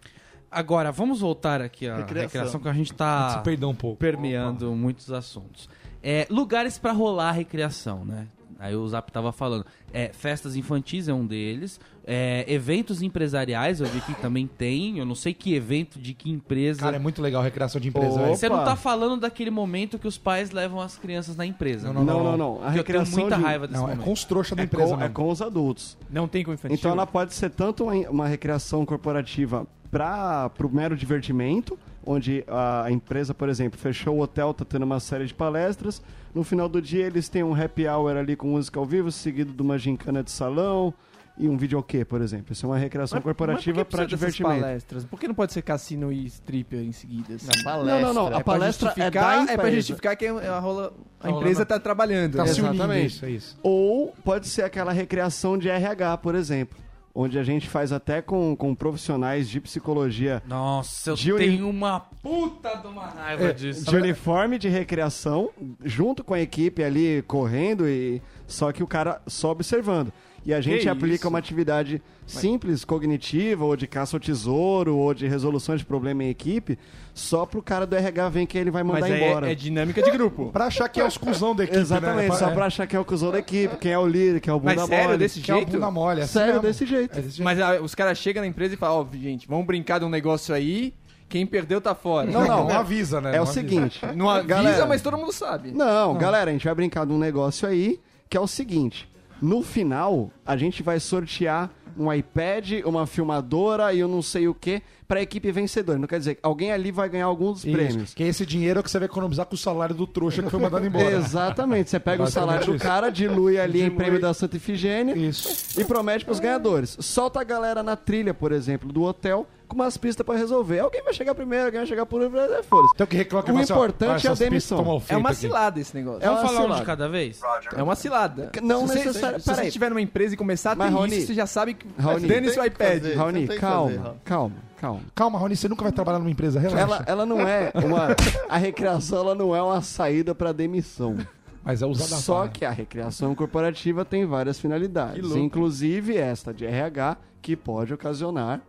A: Agora, vamos voltar aqui à
E: Recreação.
A: recreação, que a gente tá
C: Se perdeu um pouco.
A: permeando muitos assuntos. É, lugares pra rolar a recreação, né? Aí o Zap tava falando. É, festas infantis é um deles. É, eventos empresariais, eu vi que também tem. Eu não sei que evento de que empresa.
C: Cara, é muito legal a recreação de empresa.
F: Ô,
C: velho.
A: Você não
F: Opa.
A: tá falando daquele momento que os pais levam as crianças na empresa. né?
F: Não, não, não. A
A: Porque eu tenho
F: recreação
A: muita
F: de-
A: raiva desse
C: Não, é
A: momento.
C: com os trouxas da
F: É
C: empresa,
F: com, é
C: mesmo.
F: com os adultos.
B: Não tem com infantil.
F: Então ela pode ser tanto uma, uma recreação corporativa para o mero divertimento, onde a empresa, por exemplo, fechou o hotel, está tendo uma série de palestras. No final do dia eles têm um happy hour ali com música ao vivo, seguido de uma gincana de salão e um videokê, por exemplo. Isso é uma recreação corporativa para é divertimento.
B: palestras? Por que não pode ser cassino e strip em seguida? assim?
E: Na palestra.
F: Não, não, não. A
B: pra
F: palestra é
B: justificar-
F: da
B: É
F: empresa.
B: pra justificar que a, rola- a
C: rola
B: empresa
C: na-
B: tá trabalhando.
C: Tá
B: né?
C: se unindo,
F: Exatamente.
C: isso, é isso.
F: Ou pode ser aquela recreação de RH, por exemplo, onde a gente faz até com, com profissionais de psicologia
A: Nossa, eu
F: De uni-
A: tenho uma puta de uma
B: É.
A: raiva disso.
F: de uniforme de recreação, junto com a equipe ali correndo e só que o cara só observando. E a gente
B: Que
F: aplica
B: isso?
F: uma atividade simples, cognitiva, ou de caça ao tesouro, ou de resolução de problema em equipe, só pro cara do RH ver que ele vai
B: Mas
F: mandar
B: aí
F: embora.
B: é, é dinâmica de grupo.
F: *laughs*
C: Pra achar que é os cuzão da equipe,
F: Exatamente,
C: né?
F: só pra achar quem é o cuzão da equipe, quem é o líder, quem é o bunda
B: Mas sério,
F: mole.
B: desse
C: Que é o
B: jeito?
C: bunda mole. é assim
F: Sério,
C: mesmo.
F: desse jeito.
C: É desse jeito.
B: Mas ah, os caras chegam na empresa e falam, ó, gente, vamos brincar de um negócio aí, quem perdeu tá fora.
C: Não, não, não avisa, né?
F: É
C: Não
F: o
C: avisa.
F: seguinte.
B: *laughs* Não avisa,
F: Galera.
B: mas todo mundo sabe.
F: Não, galera, a gente vai brincar de um negócio aí que é o seguinte: no final, a gente vai sortear um iPad, uma filmadora e eu não sei o que pra equipe vencedora. Não quer dizer que alguém ali vai ganhar alguns
C: Isso,
F: prêmios.
C: Que esse dinheiro é que você vai economizar com o salário do trouxa que foi mandado embora.
F: *laughs* Exatamente, você pega o
C: Basicamente
F: salário do
C: isso.
F: cara, dilui ali em
C: Dilui.
F: prêmio da Santa Ifigênia
C: Isso.
F: e promete pros ganhadores. Solta a galera na trilha, por exemplo, do hotel, com umas pistas pra resolver. Alguém vai chegar primeiro, alguém vai chegar por último, é foda-se.
C: Então que reclama que
F: O
C: fala assim, ó,
F: importante
C: vai,
F: é a
C: essas pistas
F: demissão.
C: tão mal
B: É
C: feitas
B: uma
C: aqui.
B: cilada esse negócio.
F: É
A: Vamos
F: uma
A: falar um de
F: cilada.
A: cada vez?
B: É uma cilada.
F: Não
B: se você-
F: necessário-
B: Se você
F: peraí.
B: estiver numa empresa e começar a ter
F: Mas, Raoni,
B: isso, você já sabe que
F: Raoni,
B: dane
E: tem
B: seu
E: que
B: iPad.
E: fazer.
F: Raoni,
E: Você tem que fazer,
F: calma,
E: Raoni.
F: calma, calma.
C: Calma, Rony, você nunca vai trabalhar numa empresa, relaxa.
F: Ela, ela não é uma. A recreação ela não é uma saída para demissão.
C: Mas é usada
F: Só que a recreação corporativa tem várias finalidades, inclusive esta de RH, que pode ocasionar,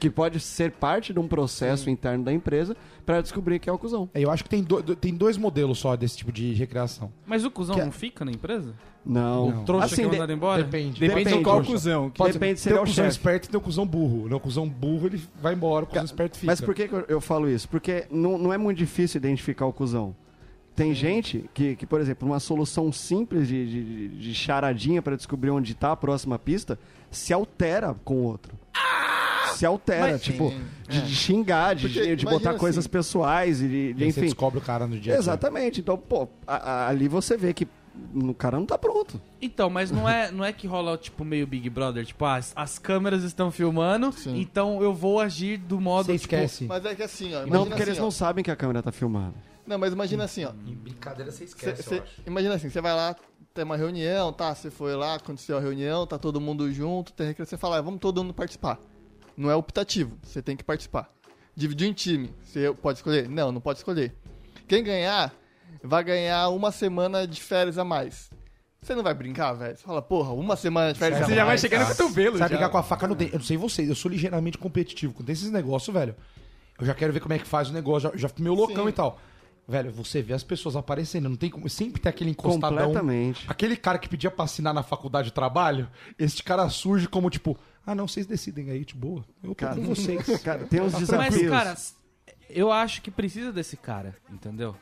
F: que pode ser parte de um processo interno da empresa para descobrir que é o cuzão.
C: Eu acho que tem, do- do- tem dois modelos só desse tipo de recreação.
A: Mas o cuzão
F: Que-
A: não fica na empresa?
F: Não.
A: O trouxa
F: Assim,
A: que é
F: de-
A: mandado embora?
C: Depende.
B: Depende,
F: Depende,
B: de qual
F: poxa.
B: cuzão. que-
F: Pode- Depende se
C: tem
F: ele
C: o
F: é o
C: cuzão
F: chefe.
C: esperto e tem o cuzão burro. Não, o cuzão burro ele vai embora, o cuzão esperto fica.
F: Mas por que, que eu- eu falo isso? Porque não, não é muito difícil identificar o cuzão. Tem gente que, que, por exemplo, uma solução simples de, de- de- de charadinha para descobrir onde tá a próxima pista se altera com o outro. Se altera,
E: Mas-
F: tipo,
E: Sim.
F: de, de xingar, de,
E: Porque
F: de
E: imagina
F: botar
E: assim-
F: coisas pessoais, e de, de-
C: Aí Você né?
F: enfim.
C: descobre o cara no dia a dia.
F: Exatamente. Então, pô, a- a- ali você vê que o cara não tá pronto.
A: Então, mas não é, não é que rola, tipo, meio Big Brother, tipo, ah, as, as câmeras estão filmando,
E: Sim.
A: então eu vou agir do modo,
C: Você
A: tipo,
C: esquece.
E: Mas é que assim, ó.
F: não,
E: imagina
F: porque eles
E: assim, ó.
F: não sabem que a câmera tá filmando.
E: Não, mas imagina assim, ó.
C: Em brincadeira você
E: Cê- cê- imagina assim, você vai lá, tem uma reunião, tá? Você foi lá, aconteceu a reunião, tá todo mundo junto, tem recreio, você fala, "Ah, vamos todo mundo participar. Não é optativo, você tem que participar. Dividiu em time, você pode escolher? Não, não pode escolher. Quem ganhar, vai ganhar uma semana de férias a mais. Você não vai brincar, velho? Você fala, porra, uma semana de férias a
B: Você
E: mais.
B: já vai chegar no cotovelo.
C: Sabe
B: já.
C: ligar com a faca no dente. Eu não sei vocês, eu sou ligeiramente competitivo. Quando tem esses negócios, velho, eu já quero ver como é que faz o negócio, já, já fico meio loucão
E: Sim.
C: e tal. Velho, você vê as pessoas aparecendo, não tem como. Sempre tem aquele encostadão.
F: Completamente.
C: Aquele cara que pedia pra assinar na faculdade de trabalho, este cara surge como tipo, ah não, vocês decidem aí, de boa. Eu tô
F: Cara,
C: com
F: *laughs*
C: vocês.
F: Cara, tem uns desafios.
A: Mas, cara, eu acho que precisa desse cara, entendeu?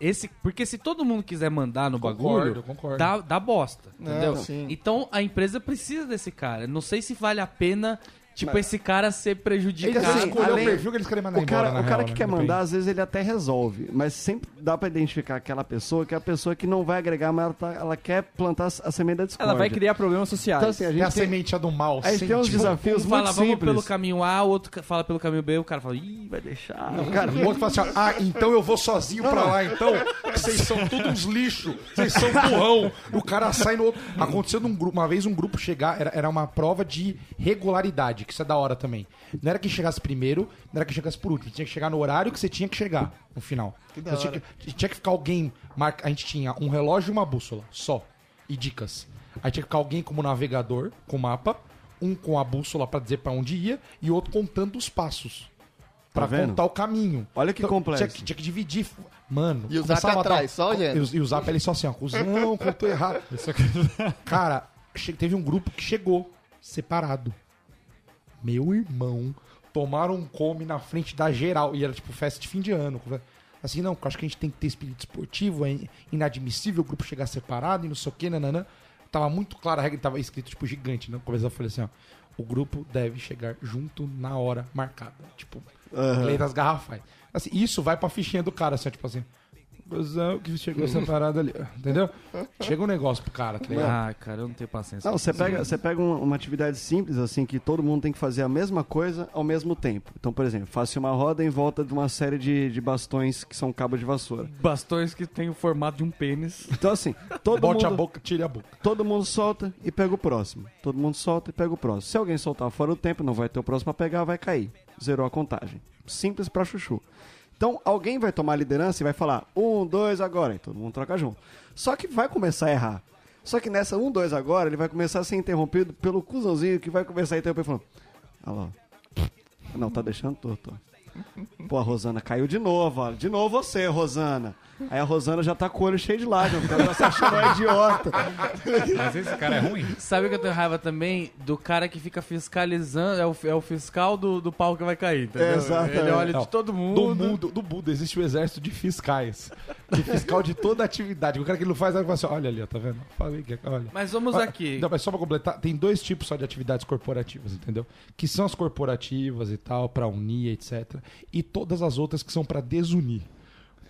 A: Esse, porque se todo mundo quiser mandar no
C: Concordo,
A: bagulho,
C: concordo.
A: Dá, dá bosta,
E: Não,
A: entendeu?
E: sim.
A: Então a empresa precisa desse cara. Não sei se vale a pena Tipo, esse cara ser
C: Ele
A: prejudicado.
F: assim,
C: escolheu
F: além-
C: o perfil que eles querem mandar
F: O cara,
C: embora, na
F: o cara
C: real,
F: que
C: né?
F: quer
C: Depende.
F: mandar, às vezes ele até resolve, mas sempre dá pra identificar aquela pessoa que é a pessoa que não vai agregar, mas ela, tá- ela quer plantar a semente da discórdia.
H: Ela vai criar problemas sociais.
F: Então, assim, a
C: É a
F: gente tem,
C: semente tipo, do mal.
F: a gente tem uns
C: sente-
F: desafios
A: um
F: muito
A: fala, vamos pelo
F: simples.
A: caminho A, o outro ca- fala pelo caminho B, o cara fala, ih, vai deixar.
C: Cara, o outro fala assim, ah, então eu vou sozinho pra lá, então, que vocês são todos uns lixo, vocês são burrão. O cara sai no outro. Aconteceu num grupo, uma vez um grupo chegar, era, era uma prova de regularidade, que isso é da hora também. Não era quem chegasse primeiro, não era quem chegasse por último, tinha que chegar no horário que você tinha que chegar, no final. Então, tinha, que, tinha que ficar alguém, mar- a gente tinha um relógio e uma bússola, só, e dicas. Aí tinha que ficar alguém como navegador, com mapa, um com a bússola pra dizer pra onde ia, e outro contando os passos. Pra
F: vendo?
C: Tá contar o caminho. Então,
F: Olha que complexo.
C: Tinha que, tinha que dividir. Mano.
E: E o Zap
C: começava a
E: atrás, só olhando.
C: E, o- e o Zap ele só assim, ó. Cusão, contou errado. Cara, che- teve um grupo que chegou separado. Meu irmão. Tomaram um come na frente da geral. E era tipo festa de fim de ano. Assim, não, acho que a gente tem que ter espírito esportivo. É inadmissível o grupo chegar separado e não sei o que, nananã. Tava muito clara a regra, tava escrito tipo gigante, né? No começo eu falei assim, ó. O grupo deve chegar junto na hora marcada. Tipo, lei das garrafas. Assim, isso vai pra fichinha do cara, assim, ó, tipo assim. Gozão que chegou separado ali. Entendeu? Chega um negócio pro cara, tá ligado?
A: Ah, cara, eu não tenho paciência.
F: Não, você pega, você pega um, uma, uma atividade simples, assim, que todo mundo tem que fazer a mesma coisa ao mesmo tempo. Então, por exemplo, faça uma roda em volta de uma série de, de bastões que são cabos de vassoura.
A: Bastões que tem o formato de um pênis.
F: Então, assim, todo
C: Bote a
F: mundo...
C: boca, tire a boca.
F: Todo mundo solta e pega o próximo. Todo mundo solta e pega o próximo. Se alguém soltar fora o tempo, não vai ter o próximo a pegar, vai cair. Zerou a contagem. Simples pra chuchu. Então, alguém vai tomar a liderança e vai falar: um, dois, agora. E todo mundo troca junto. Só que vai começar a errar. Só que nessa um, dois, agora, ele vai começar a ser interrompido pelo cuzãozinho que vai começar a interromper falando: Olha lá. ó. Não, tá deixando torto. ó. Pô, a Rosana caiu de novo, ó. De novo você, Rosana. Aí a Rosana já tá com o olho cheio de lágrimas, tá porque ela já se achando uma idiota.
D: Mas esse cara é
B: *laughs*
D: ruim?
A: Sabe o que eu tenho raiva também? Do cara que fica fiscalizando, é o, é o fiscal do, do pau que vai cair, entendeu?
F: Exatamente.
A: Ele olha
C: Não,
A: de todo
C: Do
A: mundo.
C: mundo, do mundo existe o exército de fiscais. De fiscal de toda atividade. O cara que não faz nada fala assim, olha ali, ó, tá vendo? Falei que olha.
A: Mas vamos
C: Ah,
A: aqui.
C: Não, mas só pra completar, tem dois tipos só de atividades corporativas, entendeu? Que são as corporativas e tal, pra unir, etc. E todas as outras que são pra desunir.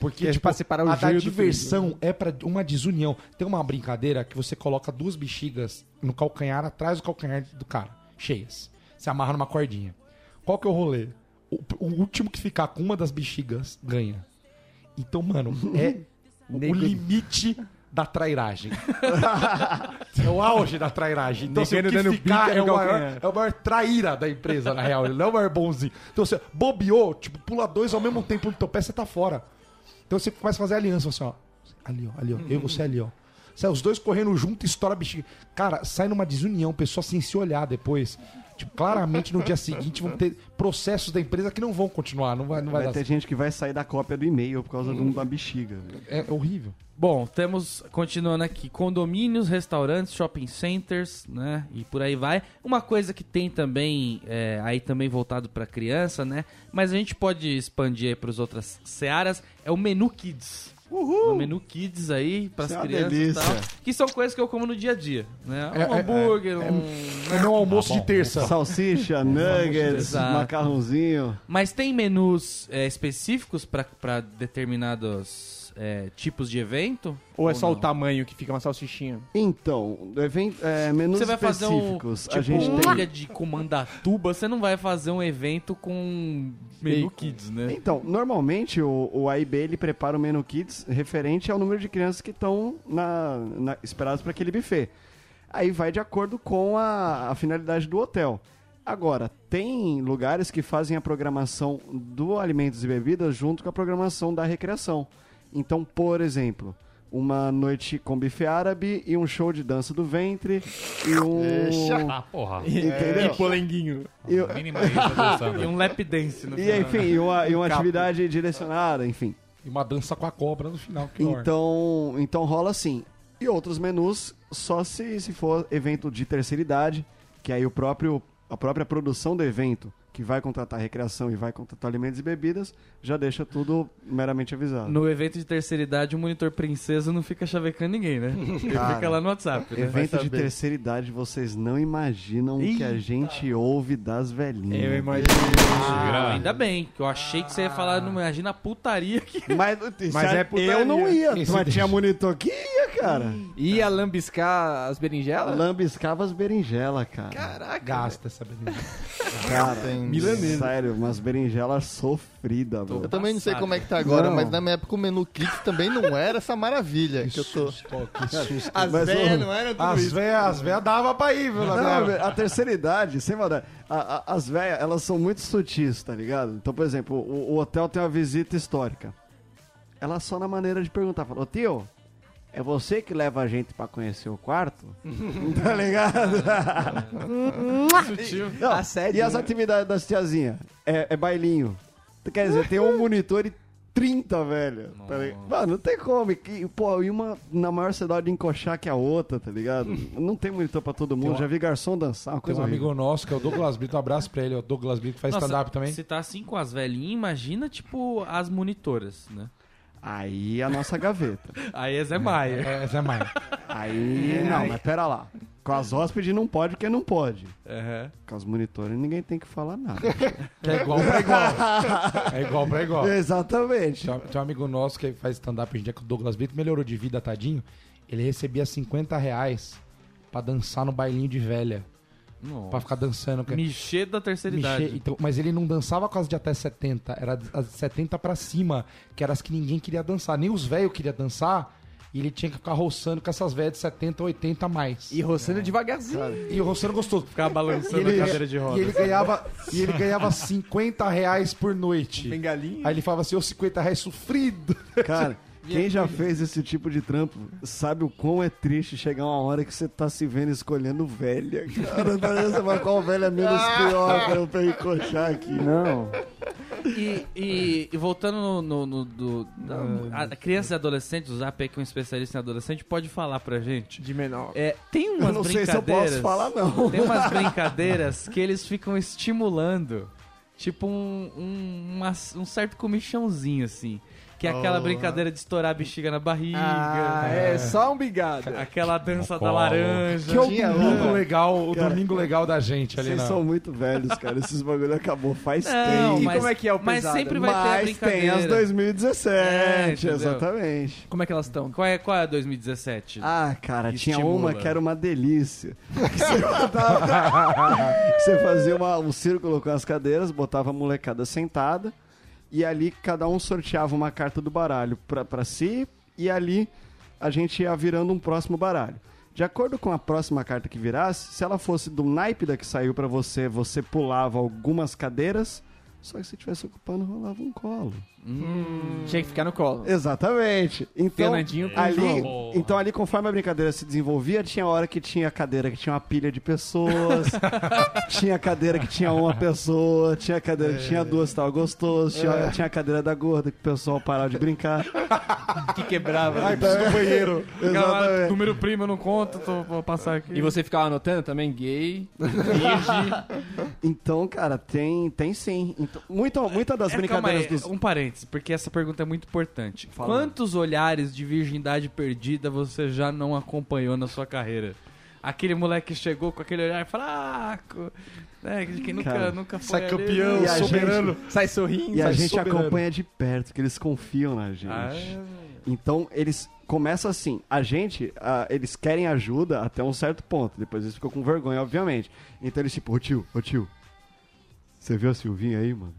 C: Porque,
B: Que é
C: tipo,
B: pra separar o
C: a
B: joio
C: da
B: do
C: diversão é pra uma desunião. Tem uma brincadeira que você coloca duas bexigas no calcanhar, atrás do calcanhar do cara, cheias. Você amarra numa cordinha. Qual que é o rolê? O, o último que ficar com uma das bexigas ganha. Então,
B: *laughs*
C: mano, é o limite da *laughs* trairagem. É o auge da trairagem. Então, assim, o
B: Negando
C: que
B: dando
C: ficar
B: bica
C: é o,
B: no
C: maior,
B: calcanhar.
C: é o maior traíra da empresa, na real. Ele não é o maior bonzinho. Então, você bobeou, tipo, pula dois ao mesmo tempo no teu pé, você tá fora. Então, você começa a fazer aliança, assim, ó. Ali, ó, ali, ó. Eu e você ali, ó. Sai os dois correndo junto e estoura a bexiga. Cara, sai numa desunião, pessoal sem se olhar depois. Tipo, claramente no dia seguinte vão ter processos da empresa que não vão continuar. Não vai, não vai,
F: Vai ter
C: dar.
F: gente que vai sair da cópia do e-mail por causa de uma bexiga.
C: É, é horrível.
A: Bom, temos, continuando aqui, condomínios, restaurantes, shopping centers, né? E por aí vai. Uma coisa que tem também, é, aí também voltado pra criança, né? Mas a gente pode expandir aí pras outras searas, é o menu kids. Uhul! O menu kids aí, pras
F: Isso é uma
A: crianças
F: delícia.
A: e tal. Que são coisas que eu como no dia a dia, né? Um
C: É, é,
A: hambúrguer, um...
C: É meu almoço de
A: Então.
C: terça.
F: Salsicha, nuggets,
A: Exato.
F: macarrãozinho.
A: Mas tem menus é, específicos para determinados é, tipos de evento?
B: Ou é só
A: não?
B: o tamanho que fica uma salsichinha?
F: Então, evento, é, menus
A: Você vai fazer um
F: específicos.
A: tipo
F: a gente
A: uma
F: tem.
A: ilha de Comandatuba, você não vai fazer um evento com menu kids, né?
F: Então, normalmente o, o AIB ele prepara o menu kits referente ao número de crianças que estão na, na- esperadas para aquele buffet. Aí vai de acordo com a, a finalidade do hotel. Agora, tem lugares que fazem a programação do alimentos e bebidas junto com a programação da recreação. Então, por exemplo, uma noite com buffet árabe e um show de dança do ventre e um.
E: Deixa.
D: Ah, porra.
F: Entendeu?
B: polenguinho.
F: E-
D: Mínima aí, tá
A: E *laughs*
D: dançando.
A: um lap dance no
F: E,
A: final.
F: enfim, e uma, e uma atividade direcionada, enfim.
C: E uma dança com a cobra no final. Que horror.
F: Então, então rola assim. E outros menus, só se, se for evento de terceira idade, que aí o próprio, a própria produção do evento que vai contratar recreação e vai contratar alimentos e bebidas, já deixa tudo meramente avisado.
A: No evento de terceira idade, o monitor princesa não fica chavecando ninguém,
F: *laughs*
A: né? Ele
F: Cara,
A: fica lá no WhatsApp. Né?
F: Evento de
E: saber.
F: terceira idade, vocês não imaginam o que a gente ouve das velhinhas.
B: Eu imagino.
D: Gra-
A: Ainda bem, que eu achei que você ia falar, não imagina a putaria que.
F: Mas,
C: Mas é putaria.
F: eu não ia.
C: Esse
F: Mas
C: deixa.
F: tinha monitor que ia, cara.
B: Ia lambiscar as berinjelas?
F: Lambiscava as berinjelas, cara.
C: Gasta essa beleza.
F: Cara,
E: Tem-
F: Sério, umas berinjelas sofridas,
E: Eu
F: mano.
E: também não sei
A: Passado.
E: como é que tá agora,
F: Não.
E: mas na minha época o menu kit também não era essa maravilha que eu tô.
C: *laughs*
E: Ah, As
F: Mas,
E: velhas
F: ô,
E: não eram tudo
C: As
E: isso.
C: véias, as véias dava pra ir, viu,
F: é? Não,
C: Ladeira?
F: velho, a terceira idade, sem maldade, a- a- as velhas, elas são muito sutis, tá ligado? Então, por exemplo, o, o hotel tem uma visita histórica. Ela só na maneira de perguntar, falou, tio, é você que leva a gente pra conhecer o quarto? *laughs* tá ligado? Não,
B: Assédio,
F: e as
B: né?
F: atividades das tiazinhas? É, é bailinho. Quer dizer, tem um monitor e 30, velho. tá ligado? Mano, não tem como. E, que- pô, e uma na maior cidade encoxar que a outra,
C: *laughs*
F: tá ligado? Não tem monitor pra todo mundo.
C: uma-
F: Já vi garçom dançar, uma
C: um Tem
F: coisa
C: um
F: horrível.
C: amigo nosso que é o Douglas Brito, um abraço pra ele, é o Douglas Brito, faz
A: Nossa,
C: stand-up também.
A: Se tá assim com as velhinhas, imagina, tipo, as monitoras, né?
F: Aí é a nossa gaveta.
A: Aí é Zé Maia.
C: É, Zé Maia. É.
F: Aí. Não, mas pera lá. Com as hóspedes não pode, porque não pode. Com as monitores ninguém tem que falar nada.
C: Que é igual pra igual. É igual pra igual.
F: *laughs* Exatamente.
C: Tem um, tem um amigo nosso que faz stand-up hoje em dia, que é o Douglas Brito melhorou de vida, tadinho. Ele recebia 50 reais pra dançar no bailinho de velha.
A: Nossa.
C: Pra ficar dançando. é cara.
A: Michê da terceira
C: Mexer,
A: idade.
C: então, mas ele não dançava com as de até 70, era as de 70 pra cima, que eram as que ninguém queria dançar, nem os velhos queriam dançar, e ele tinha que ficar roçando com essas velhas de 70, 80 a mais.
B: E roçando né? devagarzinho.
C: E roçando gostoso.
A: Ficar balançando
C: Ele-
A: a cadeira de roda.
C: E ele ganhava, e ele ganhava 50 reais por noite.
B: Bengalinha.
C: Aí ele falava assim, ô 50 reais sofrido.
A: *laughs*
F: Cara, quem já fez esse tipo de trampo sabe o quão é triste chegar uma hora que você tá se vendo escolhendo velha. Cara, tá ligado? Você fala, qual velha
A: *laughs*
F: é menos pior pra eu pra eu encoxar aqui. Não.
A: E, e- e voltando no, no- no- do, da, a, crianças e adolescentes, o Zap é que é um especialista em adolescente, pode falar pra gente.
B: De menor.
A: É, tem umas
F: Eu não sei
A: brincadeiras.
F: se eu posso falar, não.
A: Tem umas brincadeiras que eles ficam estimulando. Tipo um, um, uma- um certo comichãozinho, assim. Que é aquela
F: Oh.
A: brincadeira de estourar a bexiga na barriga.
B: Ah, é só um bigado.
A: *laughs* Aquela dança da
D: Colo.
A: laranja.
C: Que é o
E: Tinha
C: domingo
E: uma.
C: legal, o domingo legal da gente ali
F: Vocês
C: na...
F: são muito velhos, cara. Esses bagulho acabou faz
A: Não,
F: tempo.
A: mas,
B: como é que é o
A: mas
B: pesado?
A: sempre vai ter a
F: Mas tem
A: brincadeira.
F: as 2017,
A: É, entendeu?
F: exatamente.
B: Como é que elas estão?
A: Qual é, qual é a 2017?
F: Ah, cara, tinha
A: Estimula.
F: uma que era uma delícia. Que Você, botava- *laughs* que você fazia uma- um círculo com as cadeiras, botava a molecada sentada, e ali cada um sorteava uma carta do baralho pra, pra si, e ali a gente ia virando um próximo baralho. De acordo com a próxima carta que virasse, se ela fosse do naipe da que saiu pra você, você pulava algumas cadeiras, só que se estivesse ocupando, rolava um colo.
A: Hum.
B: Tinha que ficar no colo.
F: Exatamente. Então
B: Fernandinho com
F: ali,
D: João.
F: então ali conforme a brincadeira se desenvolvia, tinha hora que tinha cadeira que tinha uma pilha de pessoas, tinha cadeira que tinha uma pessoa, tinha cadeira que tinha duas, tava gostoso, tinha, tinha a cadeira da gorda que o pessoal parava de brincar.
B: Que quebrava.
F: banheiro.
A: Aquela,
F: Exatamente.
A: né? "Ah, número primo eu não conto, tô, vou passar aqui.
B: E você ficava anotando também? Gay.
F: *laughs* Então, cara, tem, tem sim. Então, muita, muita das
A: É,
F: brincadeiras
A: calma aí,
F: dos
A: Um parênteses, porque essa pergunta é muito importante. Quantos olhares de virgindade perdida você já não acompanhou na sua carreira? Aquele moleque chegou com aquele olhar fraco, né? De quem nunca,
F: Cara,
A: nunca foi.
C: Sai
A: ali, né?
C: campeão,
F: E a gente-
C: soberano.
B: Sai sorrindo.
F: E a
B: sai
F: gente
B: soberano.
F: acompanha de perto, que eles confiam na gente.
A: Ah,
F: Então, eles começam assim. A gente, ah, eles querem ajuda até um certo ponto. Depois eles ficam com vergonha, obviamente. Então eles tipo, ô tio, ô tio, você viu a Silvinha aí, mano?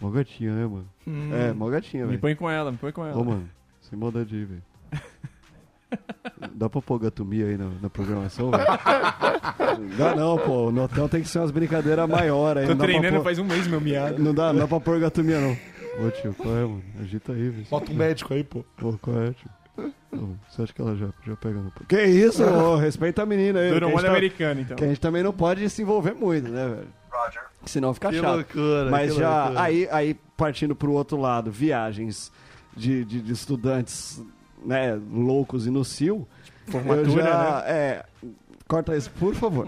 F: Mó gatinha, né, mano? É, mó gatinha,
B: Hum. Me
F: velho.
B: põe com ela, me põe com ela.
F: Ô, mano, sem maldade aí, velho.
B: *laughs*
F: Dá pra pôr gatomia aí na, na programação, velho? *laughs* Dá não, pô. No hotel tem que ser umas brincadeiras maiores aí.
B: Tô
F: não dá pra
B: treinando
F: pôr-
B: faz um mês, meu miado.
F: não dá, não dá pra pôr gatomia, não. Ô tio, qual é, mano? Agita aí, velho.
C: Bota um médico aí, pô.
F: Ô, qual é, tio? Ô, você acha que ela já, já pega no... Que isso, ô, respeita a menina aí.
B: Durou
F: que
B: um
F: a gente
B: ano
F: tá-
B: americano, então.
F: Que a gente também não pode se envolver muito, né, velho? Roger. Senão fica
E: Que
F: chato.
E: loucura.
F: Mas
E: que
F: já,
E: loucura.
F: aí, aí partindo pro outro lado, viagens de, de, de
E: né?
F: estudantes, né, loucos e no cio. Formatura, já, é, corta isso, por favor.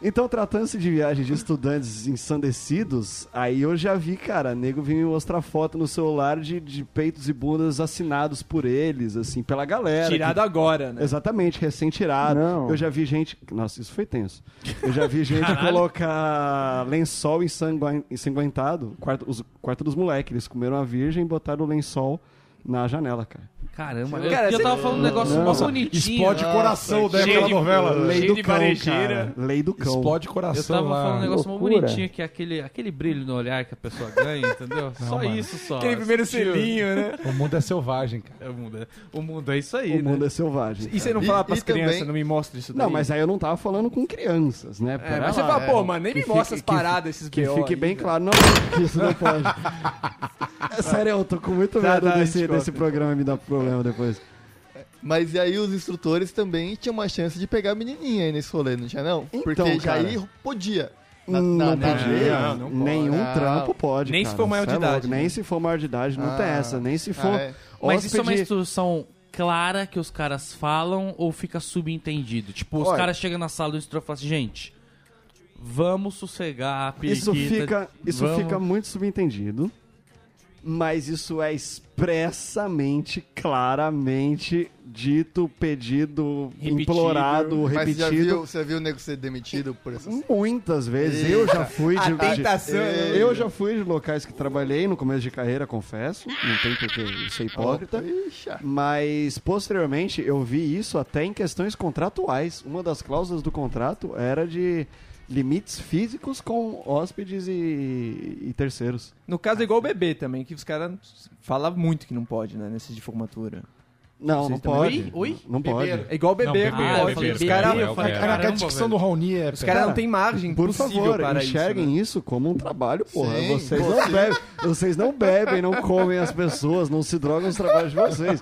F: Então, tratando-se de viagem de estudantes ensandecidos, aí eu já vi, cara, nego vir me mostrar foto no celular de, de peitos e bundas assinados por eles, assim, pela galera. que
B: Tirado agora, né?
F: Exatamente, recém-tirado.
H: Não.
F: Eu já vi gente. Nossa, isso foi tenso. Eu já vi gente colocar lençol ensangua- ensanguentado. Quarto, os, quarto dos moleques. Eles comeram a virgem e botaram o lençol na janela, cara.
A: Caramba,
B: Cara,
A: eu, eu
B: você-
A: tava falando um negócio mó bonitinho.
C: Explode coração daquela novela.
F: Lei
I: cheio
F: do
I: de
F: cão,
I: varejeira.
F: cara. Lei do cão.
C: Explode
A: Eu
C: coração
A: tava falando um
C: lá.
A: negócio mó
H: Loucura.
A: bonitinho, que é aquele, aquele brilho no olhar que a pessoa ganha, entendeu? só isso, só.
B: Aquele é primeiro selinho, né?
C: O mundo é selvagem, cara.
A: É, O mundo é, o mundo é isso aí,
F: O
A: né?
F: mundo é selvagem.
B: E você não
E: E-
B: fala pras
E: e também-
B: crianças, não me mostra isso daí.
F: Não, mas aí eu não tava falando com crianças, né?
B: É,
F: Pera
B: mas você
F: lá.
B: fala,
E: é.
B: pô, mano, nem me
F: Que
B: mostra as
F: fique- que-
B: paradas, esses
F: Que
B: BO
F: fique
B: aí,
F: bem
B: né?
F: claro, não, que isso não *laughs* pode. É, Sério, eu tô com muito
B: Tá,
F: medo
B: tá, a
F: desse,
B: gente
F: desse
B: corta.
F: programa me dar problema depois.
E: Mas e aí os instrutores também tinham uma chance de pegar a menininha aí nesse rolê, não tinha não?
F: Então,
E: Porque já
F: cara.
E: aí podia.
F: Hum, não
E: na-
F: podia.
E: na-
B: não pode.
F: Nenhum
E: Não.
F: trampo pode.
B: Nem se
F: cara.
B: for maior
F: Cê
B: de
F: é louco,
B: idade, né?
F: Nem se for maior de idade, não tem
E: Ah.
F: essa. Nem se for.
E: Ah, é.
A: Mas isso é uma
F: hóspede-
A: instrução clara que os caras falam ou fica subentendido? Tipo, os
F: Olha.
A: caras chegam na sala do instrutor e falam assim, gente, vamos sossegar a periquita.
F: Isso fica, isso
A: vamos-
F: fica muito subentendido, mas isso é expressamente, claramente dito, pedido,
I: Repetido.
F: implorado,
E: Ah, Mas já
F: repetido.
E: viu, Hum. você viu o nego ser demitido por essas
F: Muitas vezes eu já fui de,
B: A tentação.
F: de- eu já fui de locais que trabalhei no começo de carreira, confesso, não tem porque ser hipócrita.
E: Ixi, ah,
F: Mas posteriormente eu vi isso até em questões contratuais. Uma das cláusulas do contrato era de limites físicos com hóspedes e, e terceiros.
B: No caso é igual o bebê também, que os caras falam muito que não pode, né? Nesses de formatura.
F: Não, não
B: Vocês
F: pode.
A: também? Oi? Oi?
F: Não pode.
B: É igual o bebê,
D: Não,
B: que
D: bebê,
B: pode.
A: eu falei
B: os
D: bebê,
B: caras
D: bebê, eu falei,
C: Caraca, a
A: Caramba,
C: discussão do Raoni é.
B: os caras não têm margem
F: Por
B: possível
F: favor,
B: para
F: enxerguem
B: isso. né?
F: isso, como um trabalho, porra.
E: Sim,
F: vocês,
E: você-
F: Não bebem, vocês não bebem, não comem as pessoas, não se drogam os trabalhos de vocês.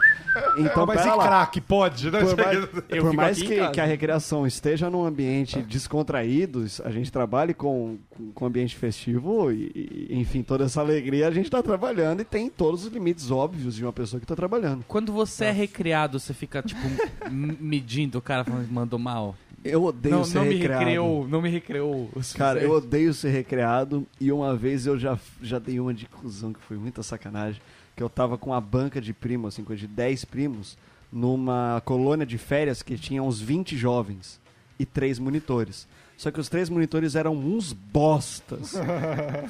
F: Então,
C: Mas e
F: pera lá.
C: craque, pode, né?
F: Por mais,
I: Eu
F: por
I: fico
F: mais
I: aqui em
F: que,
I: casa.
F: que a recreação esteja num ambiente descontraído, a gente trabalhe com, com, com ambiente festivo e, e, enfim, toda essa alegria, a gente tá trabalhando e tem todos os limites óbvios de uma pessoa que tá trabalhando.
A: Quando você é recriado, você fica, tipo, m- *laughs* medindo, o cara falando, mandou mal.
F: Eu odeio
A: não,
F: ser
A: não me
F: recreado.
A: recreou, não me recreou. o suficiente.
F: Cara, eu odeio ser recreado e uma vez eu já, já dei uma de cuzão que foi muita sacanagem, que eu tava com uma banca de primos, assim, coisa de 10 primos, numa colônia de férias que tinha uns 20 jovens e três monitores. Só que os três monitores eram uns bostas.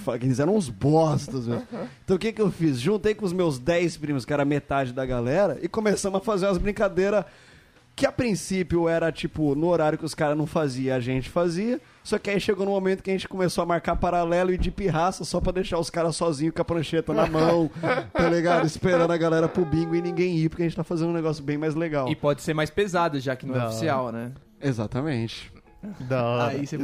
F: Fala que Eles eram uns bostas, meu. Então o que, que eu fiz? Juntei com os meus 10 primos, que era metade da galera, e começamos a fazer umas brincadeiras que a princípio era tipo no horário que os caras não faziam, a gente fazia. Só que aí chegou no momento que a gente começou a marcar paralelo e de pirraça só pra deixar os caras sozinhos com a prancheta na
E: *laughs*
F: mão, tá ligado? Esperando a galera pro bingo e ninguém ir, porque a gente tá fazendo um negócio bem mais legal.
B: E pode ser mais pesado, já que não, é oficial, né?
F: Exatamente.
E: da hora.
B: Aí você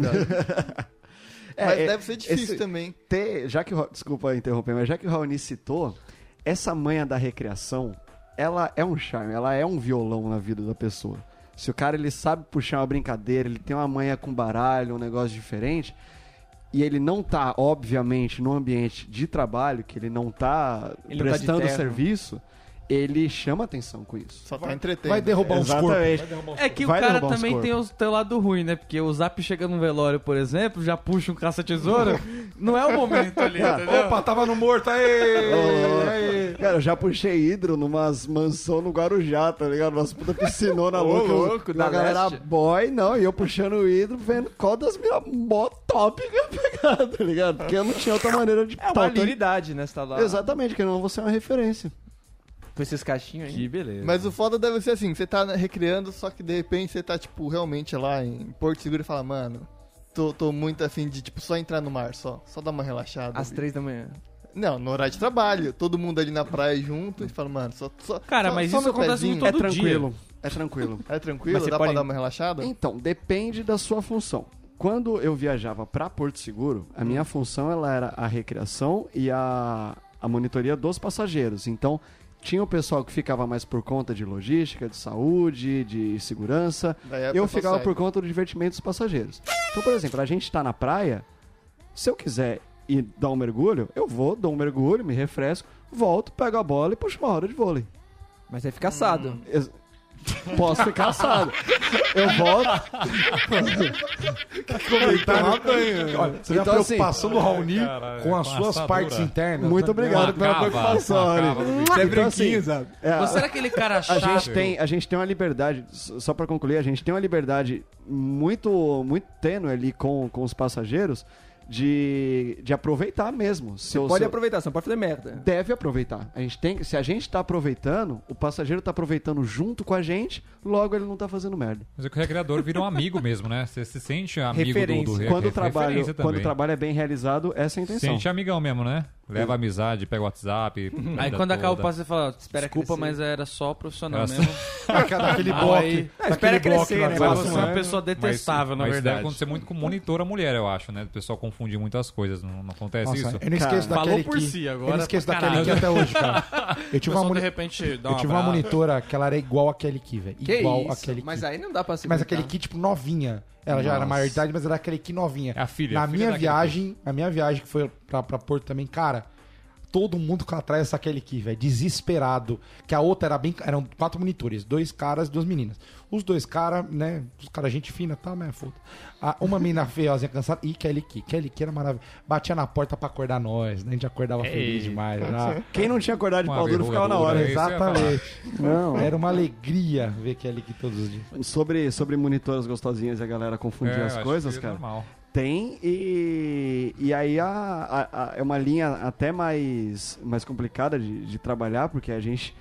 F: É,
E: Mas
F: é,
E: deve ser difícil
F: esse-
E: também.
F: ter, já que, o Ra- desculpa interromper, mas já que o Raoni citou, essa manha da recreação, ela é um charme, ela é um violão na vida da pessoa. Se o cara ele sabe puxar uma brincadeira, ele tem uma manha com baralho, um negócio diferente, e ele não tá, obviamente, no ambiente de trabalho, que ele não tá
B: Ele não tá de
F: prestando
B: terno.
F: serviço, ele chama atenção com isso.
E: Só tá entretendo.
C: Vai derrubar uns corpos.
F: Exatamente.
A: É que
F: Vai
A: o cara
F: derrubar uns
A: também
F: corpos.
A: tem o teu lado ruim, né? Porque o Zap chega num velório, por exemplo, já puxa um *laughs* caça-tesoura. não é o momento ali, entendeu?
C: Opa, tava no morto, aê! aê.
F: Cara, eu já puxei hidro numas mansão no Guarujá, tá ligado? Nossa puta piscinona louca.
B: louco,
F: da
B: da
F: galera
B: leste.
F: boy, não. E eu puxando o hidro, vendo qual das minhas mó top que eu ia pegar, tá ligado? Porque eu não tinha outra maneira de
B: É uma
F: pauta.
B: habilidade, né? Você tá lá
F: Exatamente, que não você é uma referência.
B: com esses caixinhos aí.
A: Que beleza.
E: Mas o foda deve ser assim, você tá recriando, só que de repente você tá, tipo, realmente lá em Porto Seguro e fala, mano, tô, tô muito afim de, tipo, só entrar no mar, só. Só dar uma relaxada.
B: Às três da manhã.
E: Não, no horário de trabalho. Todo mundo ali na praia junto e fala, mano, só. só
A: Cara,
E: só-
A: mas
E: só
A: isso
E: meu
A: acontece
E: pezinho.
A: em todo
F: é tranquilo. É tranquilo.
E: É tranquilo?
B: Mas você
E: Dá
B: pode-
E: pra dar uma relaxada?
F: Então, depende da sua função. Quando eu viajava para Porto Seguro, a minha função ela era a recreação e a, a monitoria dos passageiros. Então, tinha o pessoal que ficava mais por conta de logística, de saúde, de segurança.
E: Daí a
F: eu
E: pessoa
F: ficava
E: sai.
F: por conta do divertimento dos passageiros. Então, por exemplo, a gente tá na praia, se eu quiser ir dar um mergulho, eu vou, dou um mergulho, me refresco, volto, pego a bola e puxo uma hora de vôlei.
B: Mas aí fica assado.
F: Ex- Posso ficar assado. eu volto.
C: Comentário. Olha, você vê
F: Então,
C: a
F: assim- é,
C: preocupação do Raoni
D: Caralho,
C: com as suas
D: passadura.
C: partes internas. né?
F: Muito obrigado
D: Não
F: pela
D: acaba,
F: preocupação,
D: não
F: Ari.
D: acaba, não
F: Então,
B: é
F: assim,
B: branquinho, sabe?
F: é, a-
A: Você era aquele cara
F: a
A: chato.
F: gente tem a gente tem uma liberdade s- só pra concluir a gente tem uma liberdade muito muito tênue ali com, com os passageiros de, de aproveitar mesmo se eu-
B: Pode
F: se eu-
B: aproveitar, só não pode fazer merda.
F: deve aproveitar a gente tem se a gente tá aproveitando o passageiro tá aproveitando junto com a gente logo ele não tá fazendo merda
D: Mas é que o recreador vira um amigo mesmo, né? Você se sente amigo do, do
B: Referência.
D: re-
F: quando o
D: re- É, referência
F: trabalho quando o
D: também.
F: trabalho é bem realizado essa é a intenção
D: Sente amigão mesmo, né? Leva amizade, pega
A: *laughs*
D: o WhatsApp.
A: Aí
D: dá
A: quando acaba o
D: toda.
A: passo, você fala, desculpa,
B: crescer."
A: mas era só profissional
D: Era só-
A: mesmo.
C: Aquele
A: Ah,
C: bloco.
A: aí-
B: espera
C: bloco
B: crescer,
C: na
B: né?
C: sala.
B: Passa
A: Você é uma pessoa detestável, na
D: mas isso deve
A: verdade.
D: acontecer muito com monitor a mulher, eu acho, né? O pessoal confunde muitas coisas, não, não acontece
C: Nossa, é
D: isso?
C: eu não esqueço
A: Cara,
C: daquele
A: falou por
C: que-
A: si agora,
C: né? Eu não esqueço
A: pra
C: daquele que
A: caralho.
C: até hoje, cara. Eu tive uma,
A: Pessoal, de
C: moni-
A: repente, dá
C: eu tive uma
A: abraço.
C: monitora que ela era igual aquele que, velho.
B: Que
C: Igual
B: isso?
C: aquele
B: Mas
C: que.
B: aí não dá pra se
C: Mas aquele que, tipo, novinha. Ela já era
D: Nossa.
C: maior de idade, mas era aquele que novinha.
D: É a filha,
C: Na
D: a filha
C: minha
D: daquele
C: viagem, na minha viagem que foi pra, pra Porto também, cara, todo mundo com atrás dessa aquele aqui, velho, desesperado. Que a outra era bem. Eram quatro monitores, dois caras, duas meninas. Os dois caras, né? Os caras, gente fina, tá, mas é foda. Ah, uma menina feiozinha cansada e Kelly Key. Kelly Key era maravilhosa. Batia na porta pra acordar nós, né? A gente acordava
D: É
C: feliz demais. né?
F: quem não tinha acordado de
D: Uma
F: pau duro
D: verruga
F: ficava na
D: dura,
F: hora
D: É isso eu ia falar.
C: Exatamente.
F: não
C: Era uma alegria ver Kelly Key todos os dias.
F: É, sobre sobre monitoras gostosinhas e a galera
D: É,
F: confundir
D: eu
F: as
D: acho
F: coisas
D: que é
F: cara
D: normal.
F: Tem, e, e aí a- a- a- é uma linha até mais, mais complicada de, de trabalhar, porque a gente.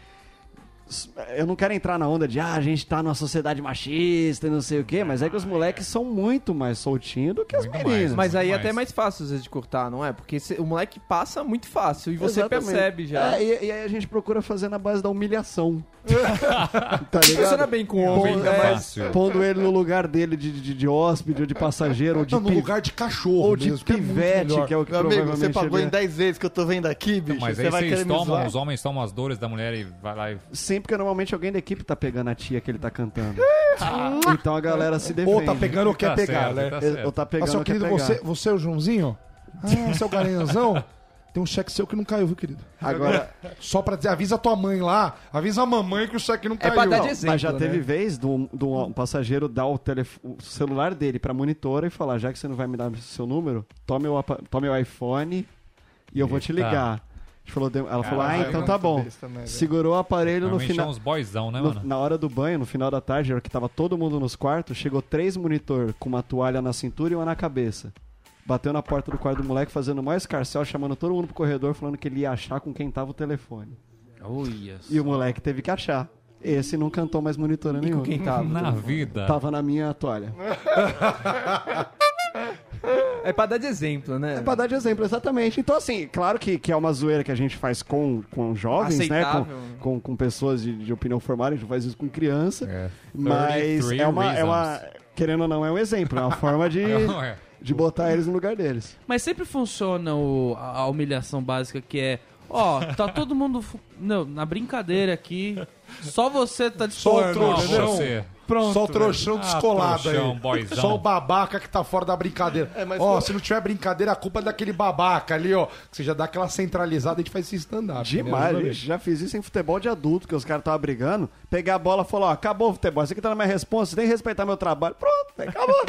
F: Eu não quero entrar na onda de ah, a gente tá numa sociedade machista e não sei o quê, mas é que os moleques são muito mais soltinhos do que as
D: Muito
F: meninas.
D: mais.
B: Mas aí é
D: Mas-
B: até mais fácil às vezes de cortar, não é? Porque cê- o moleque passa muito fácil e você
F: Exatamente.
B: percebe já.
F: É, e, e aí a gente procura fazer na base da humilhação. tá
B: Funciona
F: ligado?
B: bem com o
D: Bom,
B: homem,
D: é
B: né?
D: fácil.
F: Pondo ele no lugar dele de, de, de hóspede ou de passageiro ou de,
C: Não, no
F: pi-
C: lugar de cachorro.
F: ou de
C: mesmo, que é muito
F: pivete, que é,
C: melhor.
F: o que
E: Meu amigo,
F: provavelmente
E: você pagou
F: ele é.
E: em 10 vezes que eu tô vendo aqui, bicho.
D: Mas
E: você
D: aí
E: vai querer
D: vocês
E: me
D: tomam,
E: zoar?
D: os homens tomam as dores da mulher e vai lá e.
F: Sempre porque normalmente alguém da equipe tá pegando a tia que ele tá cantando. então a galera se defende.
C: Ou tá pegando ou quer
D: Tá
C: pegar,
D: certo,
C: né?
D: tá
F: Ou
D: certo.
F: tá
C: Ah,
F: pegando
C: seu
F: ou quer
C: querido,
F: pegar.
C: você, você é o Joãozinho? Ah, seu garanhãozão? Tem um cheque seu que não caiu, viu, querido?
F: Agora,
C: Só pra dizer, avisa a tua mãe lá, avisa a mamãe que o cheque não
B: É
C: caiu.
B: pra dar
C: Não,
B: de exemplo.
F: mas já teve
B: né?
F: vez do, do um passageiro dar o, telef- o celular dele pra monitora e falar: já que você não vai me dar seu número, tome o, apa- tome o iPhone e eu vou te
D: Eita.
F: ligar. A gente falou, de- ela falou: ah,
E: Caralho,
F: então
E: mano,
F: tá bom.
E: isso também, velho.
F: Segurou o aparelho no
D: Normalmente
F: final.
D: são uns boyzão, né,
F: No-
D: mano?
F: na hora do banho, no final da tarde, na hora que tava todo mundo nos quartos, chegou três monitor com uma toalha na cintura e uma na cabeça. Bateu na porta do quarto do moleque, fazendo o maior escarcel, chamando todo mundo pro corredor, falando que ele ia achar com quem tava o telefone.
A: Olha
F: E o moleque teve que achar. Esse não cantou mais monitora nenhuma.
D: *laughs*
B: Quem tava?
D: Na
A: Tá
D: vida.
F: Tava na minha toalha.
B: É pra dar de exemplo, né?
F: É pra dar de exemplo, exatamente. Então, assim, claro que, que é uma zoeira que a gente faz com, com jovens, né?
B: Aceitável.
F: Com, com, com pessoas de, de opinião formada, a gente faz isso com criança.
D: É.
F: Mas
D: 33
F: é uma, é uma.
D: reasons.
F: Querendo ou não, é um exemplo, é uma forma de,
D: Não, *laughs* é.
F: de botar eles no lugar deles.
A: Mas sempre funciona o- a, a humilhação básica que é. Ó, tá todo mundo fu- não, na brincadeira aqui. Só você tá
C: Só o
A: disposto.
D: Não,
C: trouxão.
D: você.
A: Pronto,
C: só o trouxão
D: velho.
C: descolado
D: Ah, trouxão,
C: aí.
D: boyzão.
C: Só o babaca que tá fora da brincadeira. Ó,
E: mas eu-
C: se não tiver brincadeira, a culpa é daquele babaca ali, ó. Que você já dá aquela centralizada e a gente faz esse stand-up. né?
F: Demais, gente. já fiz isso em futebol de adulto, que os caras estavam brigando, pegar a bola e falar, ó, acabou o futebol, isso aqui tá na minha responsa, você tem que respeitar meu trabalho. Pronto,
D: *laughs*
F: acabou.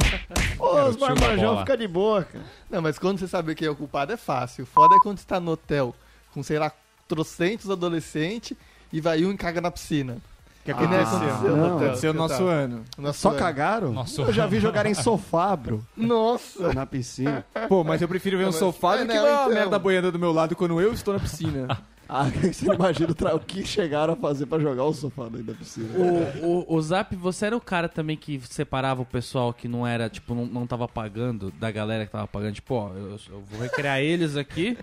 F: Ô, os
D: tio da
F: marmanjão
D: bola.
F: fica de boa, cara.
E: Não, mas quando você sabe que é o culpado é fácil. Foda é quando você tá no hotel com, sei lá, trocentos adolescentes e vai um e caga na piscina.
B: Que é
E: Que nem aconteceu no hotel.
B: Ah,
E: tá
B: Aconteceu no nosso ano.
E: Nosso
F: Só
E: ano.
F: cagaram?
D: Nossa.
F: Eu já vi jogarem sofá,
D: *laughs*
F: bro,
E: Nossa!
F: na piscina.
B: Pô, mas eu prefiro ver um
E: mas-
B: sofá
E: É,
B: do que
E: não,
B: uma
E: então.
B: merda boiando do meu lado quando eu estou na piscina.
F: Ah, *laughs* você não imagina o, tra- o que chegaram a fazer pra jogar o sofá dentro da piscina.
A: O, o, o Zap, você era o cara também que separava o pessoal que não era, tipo, não, não tava pagando, da galera que tava pagando, tipo, ó, eu, eu vou recriar eles aqui,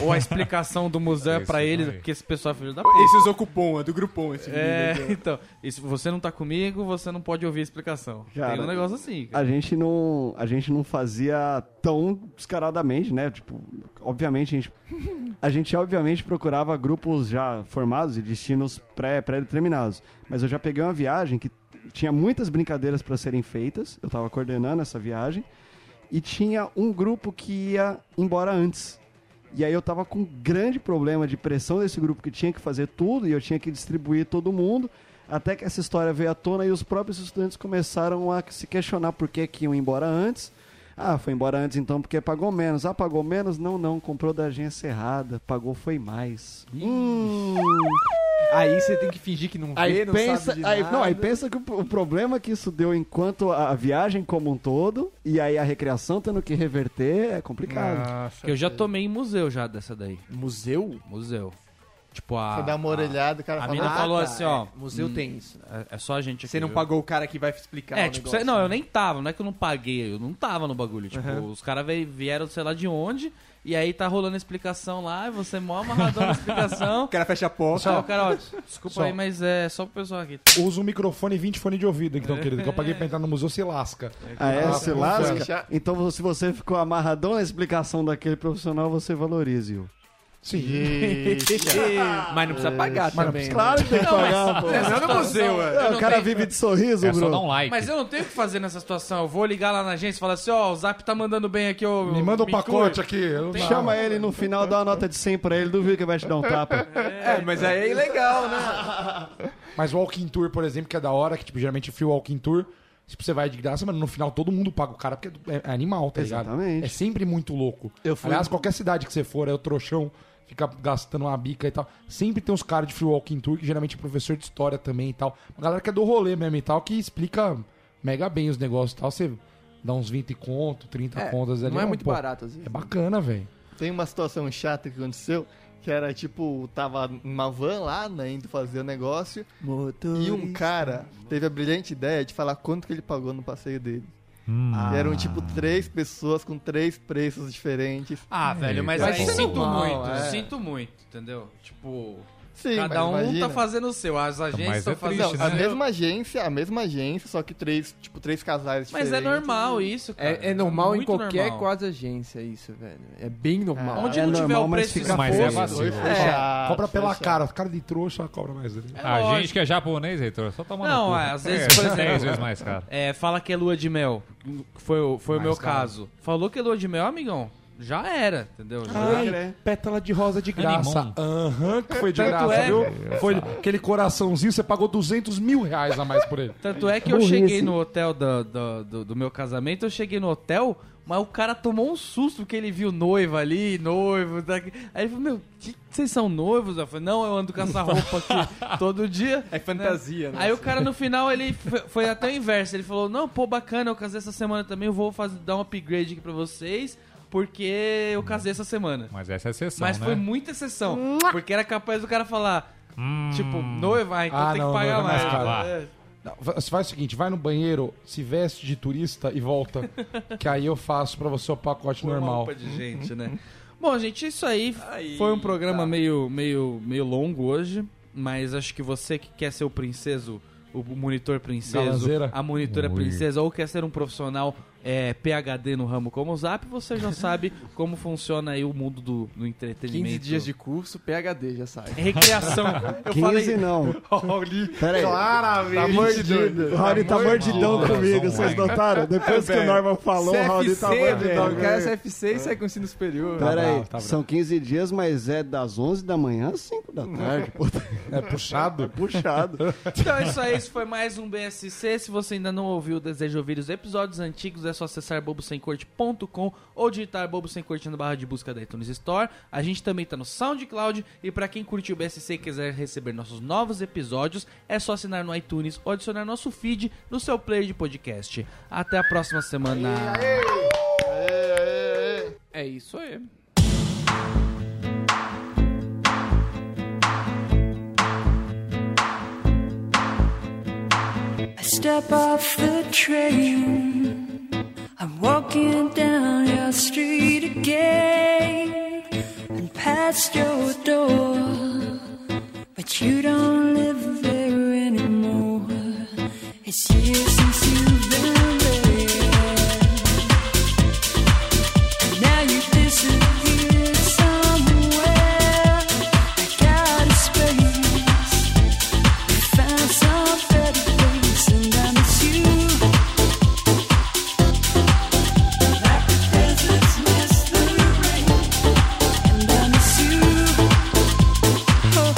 A: ou a explicação do museu é
D: Esse
A: pra eles,
D: vai.
A: porque esse pessoal é filho da p.
B: Esse usou cupom, é do grupom esse
A: *laughs* É,
B: menino.
A: então, isso, você não tá comigo, você não pode ouvir a explicação.
F: Cara,
A: Tem um
B: né?
A: negócio assim. cara.
F: a gente não a gente não fazia tão descaradamente, né? Tipo, obviamente a gente a gente obviamente procurava grupos já formados e destinos pré pré-determinados, mas eu já peguei uma viagem que tinha muitas brincadeiras para serem feitas, eu tava coordenando essa viagem e tinha um grupo que ia embora antes. E aí eu tava com um grande problema de pressão desse grupo que tinha que fazer tudo e eu tinha que distribuir todo mundo. Até que essa história veio à tona e os próprios estudantes começaram a se questionar por que, que iam embora antes. Ah, foi embora antes então porque pagou menos. Ah, pagou menos? Não, não, comprou da agência errada. Pagou foi mais. Hum.
B: Aí você tem que fingir que não vê,
F: Aí
B: não
F: pensa,
B: sabe de
F: aí,
B: nada.
F: não, aí pensa que o, o problema que isso deu enquanto a, a viagem como um todo e aí a recreação tendo que reverter é
E: Ah,
F: complicado.
A: Eu já tomei em museu já dessa daí.
B: Museu?
A: Museu. Tipo a.
E: Você dá uma orelhada, o cara
A: a
E: fala,
A: mina
E: "Ah,
A: falou
B: tá,
A: assim, ó,
B: é, Museu
A: hum,
B: tem isso.
A: a- É só a gente aqui.
B: Você não
A: viu?
B: pagou o cara que vai explicar
A: É,
B: o
A: tipo,
B: negócio.
A: cê- não, eu nem tava, não é que eu não paguei, eu não tava no bagulho. Tipo, os caras veio- vieram, sei lá de onde, e aí tá rolando explicação lá, e você é mó amarradão na
B: *laughs*
A: explicação.
B: O cara fecha a porta.
A: Só, cara, ó, desculpa
C: Só.
A: aí, mas é só pro pessoal aqui.
C: Usa um microfone e 20 fone de ouvido, então, querido. Que eu paguei pra entrar no museu, se lasca.
F: Ah, é, se
C: pô,
F: lasca.
E: cara.
F: Então, se você ficou amarradão na explicação daquele profissional, você valorize-o.
C: Sim.
B: É, Mas não precisa pagar também.
F: *laughs*
B: né?"
F: Claro que tem que pagar,
A: é
F: pô.
B: Não, no museu, ué.
A: Eu não
F: É, o cara
A: tenho-
F: vive de sorriso,
D: É só
F: Bruno.
D: dar um like.
A: Mas eu não tenho o que fazer nessa situação. Eu vou ligar lá na agência e falar assim, ó, o Zap tá mandando bem aqui, ô.
C: Me manda um
A: curte.
C: pacote aqui. Eu não-
F: Chama ele no final, dá uma nota de 100 pra ele, duvido que vai te dar um tapa.
B: É, mas aí é ilegal, né?
C: Mas o Walking Tour, por exemplo, que é da hora, que tipo, geralmente fio Walking Tour, tipo, você vai de graça, mas no final todo mundo paga o cara, porque é é animal, tá ligado?
F: *laughs* Exatamente.
C: É sempre muito louco.
F: Eu fui-
C: Aliás, qualquer cidade que você for, é o trouxão, fica gastando uma bica e tal. Sempre tem uns caras de free Walking Tour, que geralmente é professor de história também e tal. Uma galera que é do rolê mesmo e tal, que explica mega bem os negócios e tal. Você dá uns 20 conto, 30 contas ali.
B: Não é muito
C: pô,
B: barato, às vezes.
C: É bacana, velho.
E: Tem uma situação chata que aconteceu, que era tipo, tava uma van lá, né, indo fazer o negócio, e um cara teve a brilhante ideia de falar quanto que ele pagou no passeio dele.
D: Hum.
A: Ah,
E: E
A: é
E: eram tipo três pessoas com três preços diferentes.
A: Ah, velho, mas,
D: Mas
A: aí
D: isso é
A: sinto
D: normal,
A: muito,
E: é.
A: sinto muito, entendeu? Tipo,
E: Sim,
A: cada
E: mas
A: um
E: imagina.
A: tá fazendo o seu, as agências
D: mas é
A: estão fazendo
E: Não,
A: o
D: triste,
E: a
A: seu.
D: né?
E: mesma agência, a mesma agência, só que três, tipo, três casais
A: Mas
E: diferentes.
A: é
E: né?
A: normal isso, cara.
B: É, é normal em
A: Muito
B: qualquer
A: normal.
B: quase agência isso, velho. É bem normal.
A: Onde
F: É
A: não tiver
F: normal,
A: o
F: mas
A: preço
F: fica
D: Mas é
A: exposto,
D: vacilo.
E: Foi fechado,
C: cobra pela
E: fechado.
C: cara. Cara de trouxa, cobra mais. né?
A: é
D: A
A: lógico.
D: gente que é japonês, Heitor, só toma
A: Não,
D: no cu.
A: é, às vezes, por exemplo-
D: 10 vezes mais caro.
A: É, fala que é lua de mel. Foi, o- foi o
C: Mas,
A: meu
C: cara.
A: caso. Falou que é lua de mel, amigão. Já era, entendeu? Já era.
C: Ai, pétala de rosa de graça.
D: Animão.
C: Aham, que foi de
A: Tanto
C: graça,
A: é.
C: viu? Foi aquele coraçãozinho, você pagou 200 mil reais a mais por ele.
A: Tanto é que eu cheguei no hotel da- da- do, do, meu casamento, eu cheguei no hotel, mas o cara tomou um susto porque ele viu noiva ali, noivo. Daqui. Aí ele falou, meu, que, que vocês são noivos? Eu falei, não, eu ando com essa roupa aqui todo dia.
B: É fantasia, né?
A: Aí o cara no final, ele f- foi até o inverso. Ele falou, não, pô, bacana, eu casei essa semana também, eu vou fazer, dar um upgrade aqui pra vocês, porque eu casei essa semana.
D: Mas essa é a exceção,
A: Mas
D: né?
A: foi muita exceção, porque era capaz do cara falar, tipo,
D: Hum.
A: noiva, ah, então
C: Ah,
A: tem
C: não,
A: que pagar
C: noiva é mais
A: mais.
D: caro.
A: É.
C: *laughs* Não, fa- Você faz o seguinte, vai no banheiro, se veste de turista e volta. que aí eu faço pra você o pacote
A: Por uma
C: normal.
A: roupa de gente, né? Bom, gente, isso aí foi um programa meio, meio, meio longo hoje, mas acho que você que quer ser o princeso, o monitor princeso,
C: Galanzeira.
A: a monitora
D: Ui.
A: princesa, ou quer ser um profissional é, PHD no ramo como o Zap, você já sabe como funciona aí o mundo do, do
B: 15
A: entretenimento. É
B: dias de curso, PHD já sai.
A: Recreação. Eu
F: 15
A: falei, *laughs*
F: não. Peraí. Tá
E: Claramente.
F: O Raul tá mordidão
D: Deus.
F: comigo, vocês notaram? Depois que o Norman falou, o Raul tá
B: CFC, não, o
F: mordidão.
B: cara é CFC e sai com ensino superior.
F: Pera aí,
C: bravo, tá bravo.
F: são 15 dias, mas é das 11 da manhã às 5 da tarde. Pô, tá
C: É puxado?
F: puxado.
A: Então é isso aí, esse foi mais um BSC. Se você ainda não ouviu, deseja ouvir os episódios antigos, é só acessar bobosemcorte.com ou digitar bobo sem corte na barra de busca da iTunes Store. A gente também tá no SoundCloud e pra quem curtiu o BSC e quiser receber nossos novos episódios, é só assinar no iTunes ou adicionar nosso feed no seu player de podcast. Até a próxima semana. É isso aí.
H: I step off the train. I'm walking down your street again and past your door. But you don't live there anymore. It's years since you've been there. Now you disappeared somewhere. Like out of space. Found some better place and I miss you. Like the deserts miss the rain, and I miss you. Oh,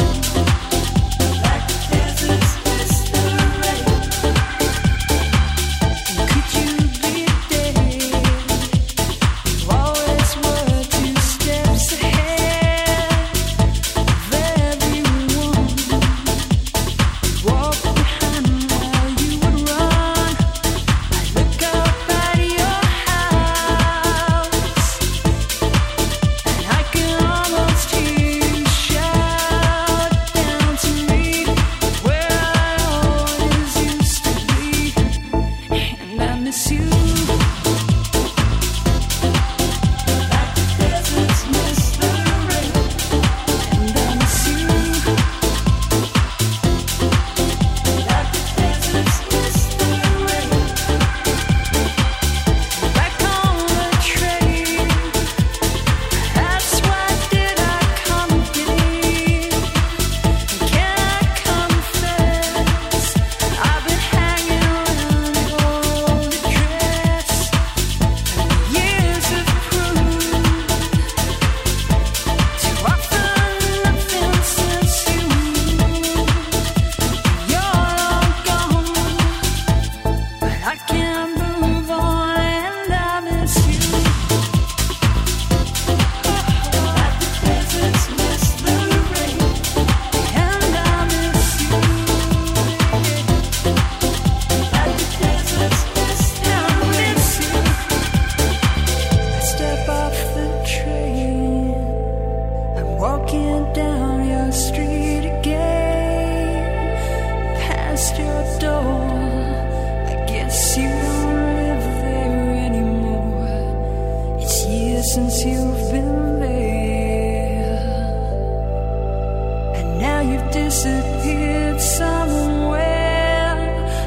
H: You've disappeared somewhere.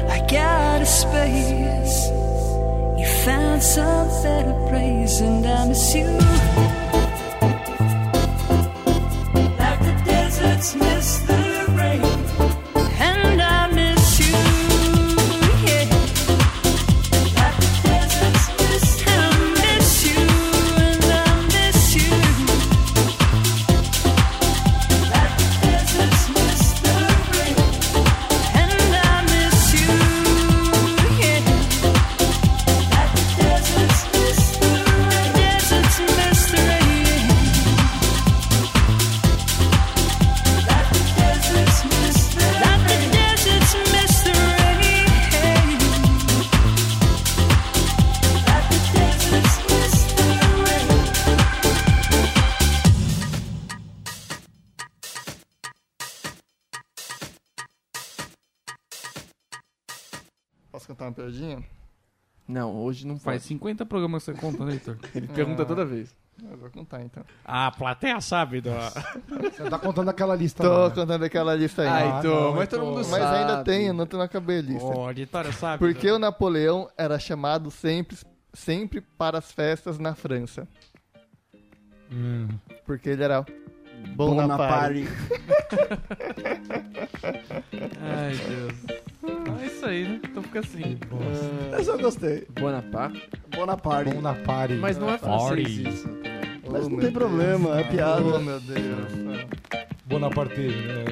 H: I got a space. You found some better place, and I miss you. Like the deserts miss the rain. And I miss you, yeah. Like the deserts miss I miss you, and I miss you. Like the deserts miss the rain, and I miss you. Yeah. Like the deserts miss the rain, deserts miss the rain. Like the deserts miss the rain, like the deserts miss the rain. Like the deserts miss the rain.
E: Posso cantar uma piadinha?
B: Não, hoje não
A: Faz
B: faz.
A: 50 programas que você conta, né, Heitor?
B: Ele pergunta toda vez.
E: Eu vou contar então.
I: A plateia sabe do...
C: Você tá contando aquela lista
E: Tô
C: lá, né?
E: contando aquela lista aí.
B: Ai,
C: não,
B: tô, mas né? todo
C: Heitor.
B: mundo
E: mas
B: sabe.
E: ainda tem, eu não tô na cabelista.
I: O auditório sabe.
E: Por que o Napoleão era chamado sempre, sempre para as festas na França?
C: né?
E: Porque ele era bom, na party.
A: Ai, Deus. Ah, é isso aí, né? Então fica assim.
F: Eu só gostei.
B: Bonaparte.
F: Bonaparte.
C: Bom na party.
B: Mas não é
A: assim,
B: francês isso.
F: Mas
E: Oh,
F: não
E: meu
F: tem problema, é
E: Oh,
F: piada.
E: meu Deus.
C: Bonapartejo, né?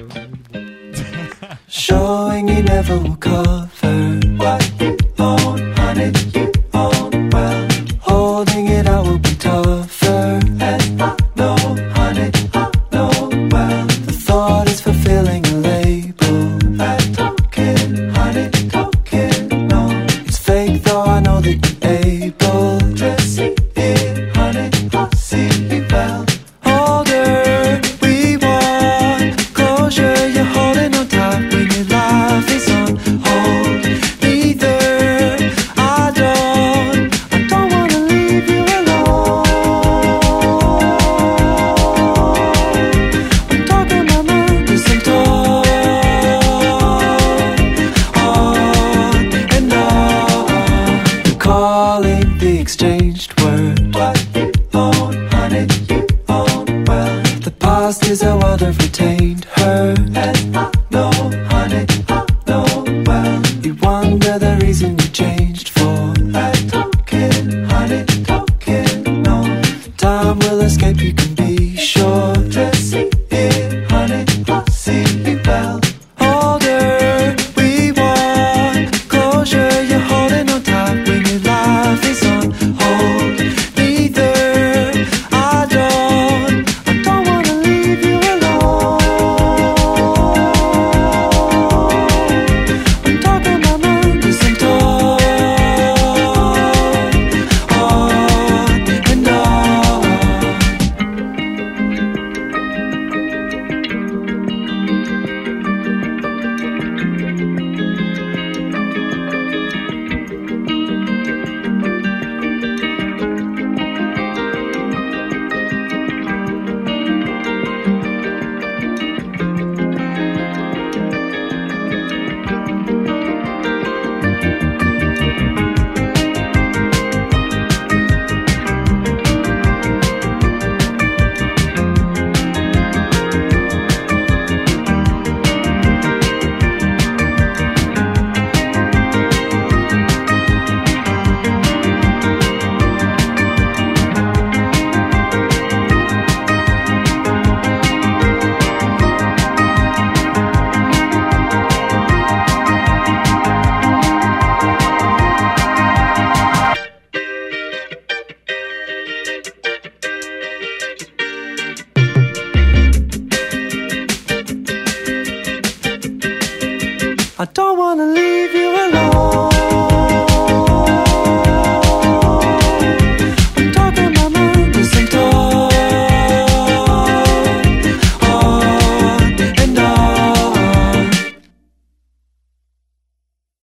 H: Showing you never will cover what you own, honey, you own well. Holding it out will be tougher, and I know, honey, I know well. The thought is fulfilling a label. I don't care, honey, don't care, no. It's fake though, I know that you're able to see it, honey, I see you well. Older, we want closure. You're holding on tight when your life is on hold. Neither I don't, I don't wanna leave you alone. I'm talking my mind is on on and on. The calling, the exchanged word. What you own, honey, you own well. The past is how I've retained her, and I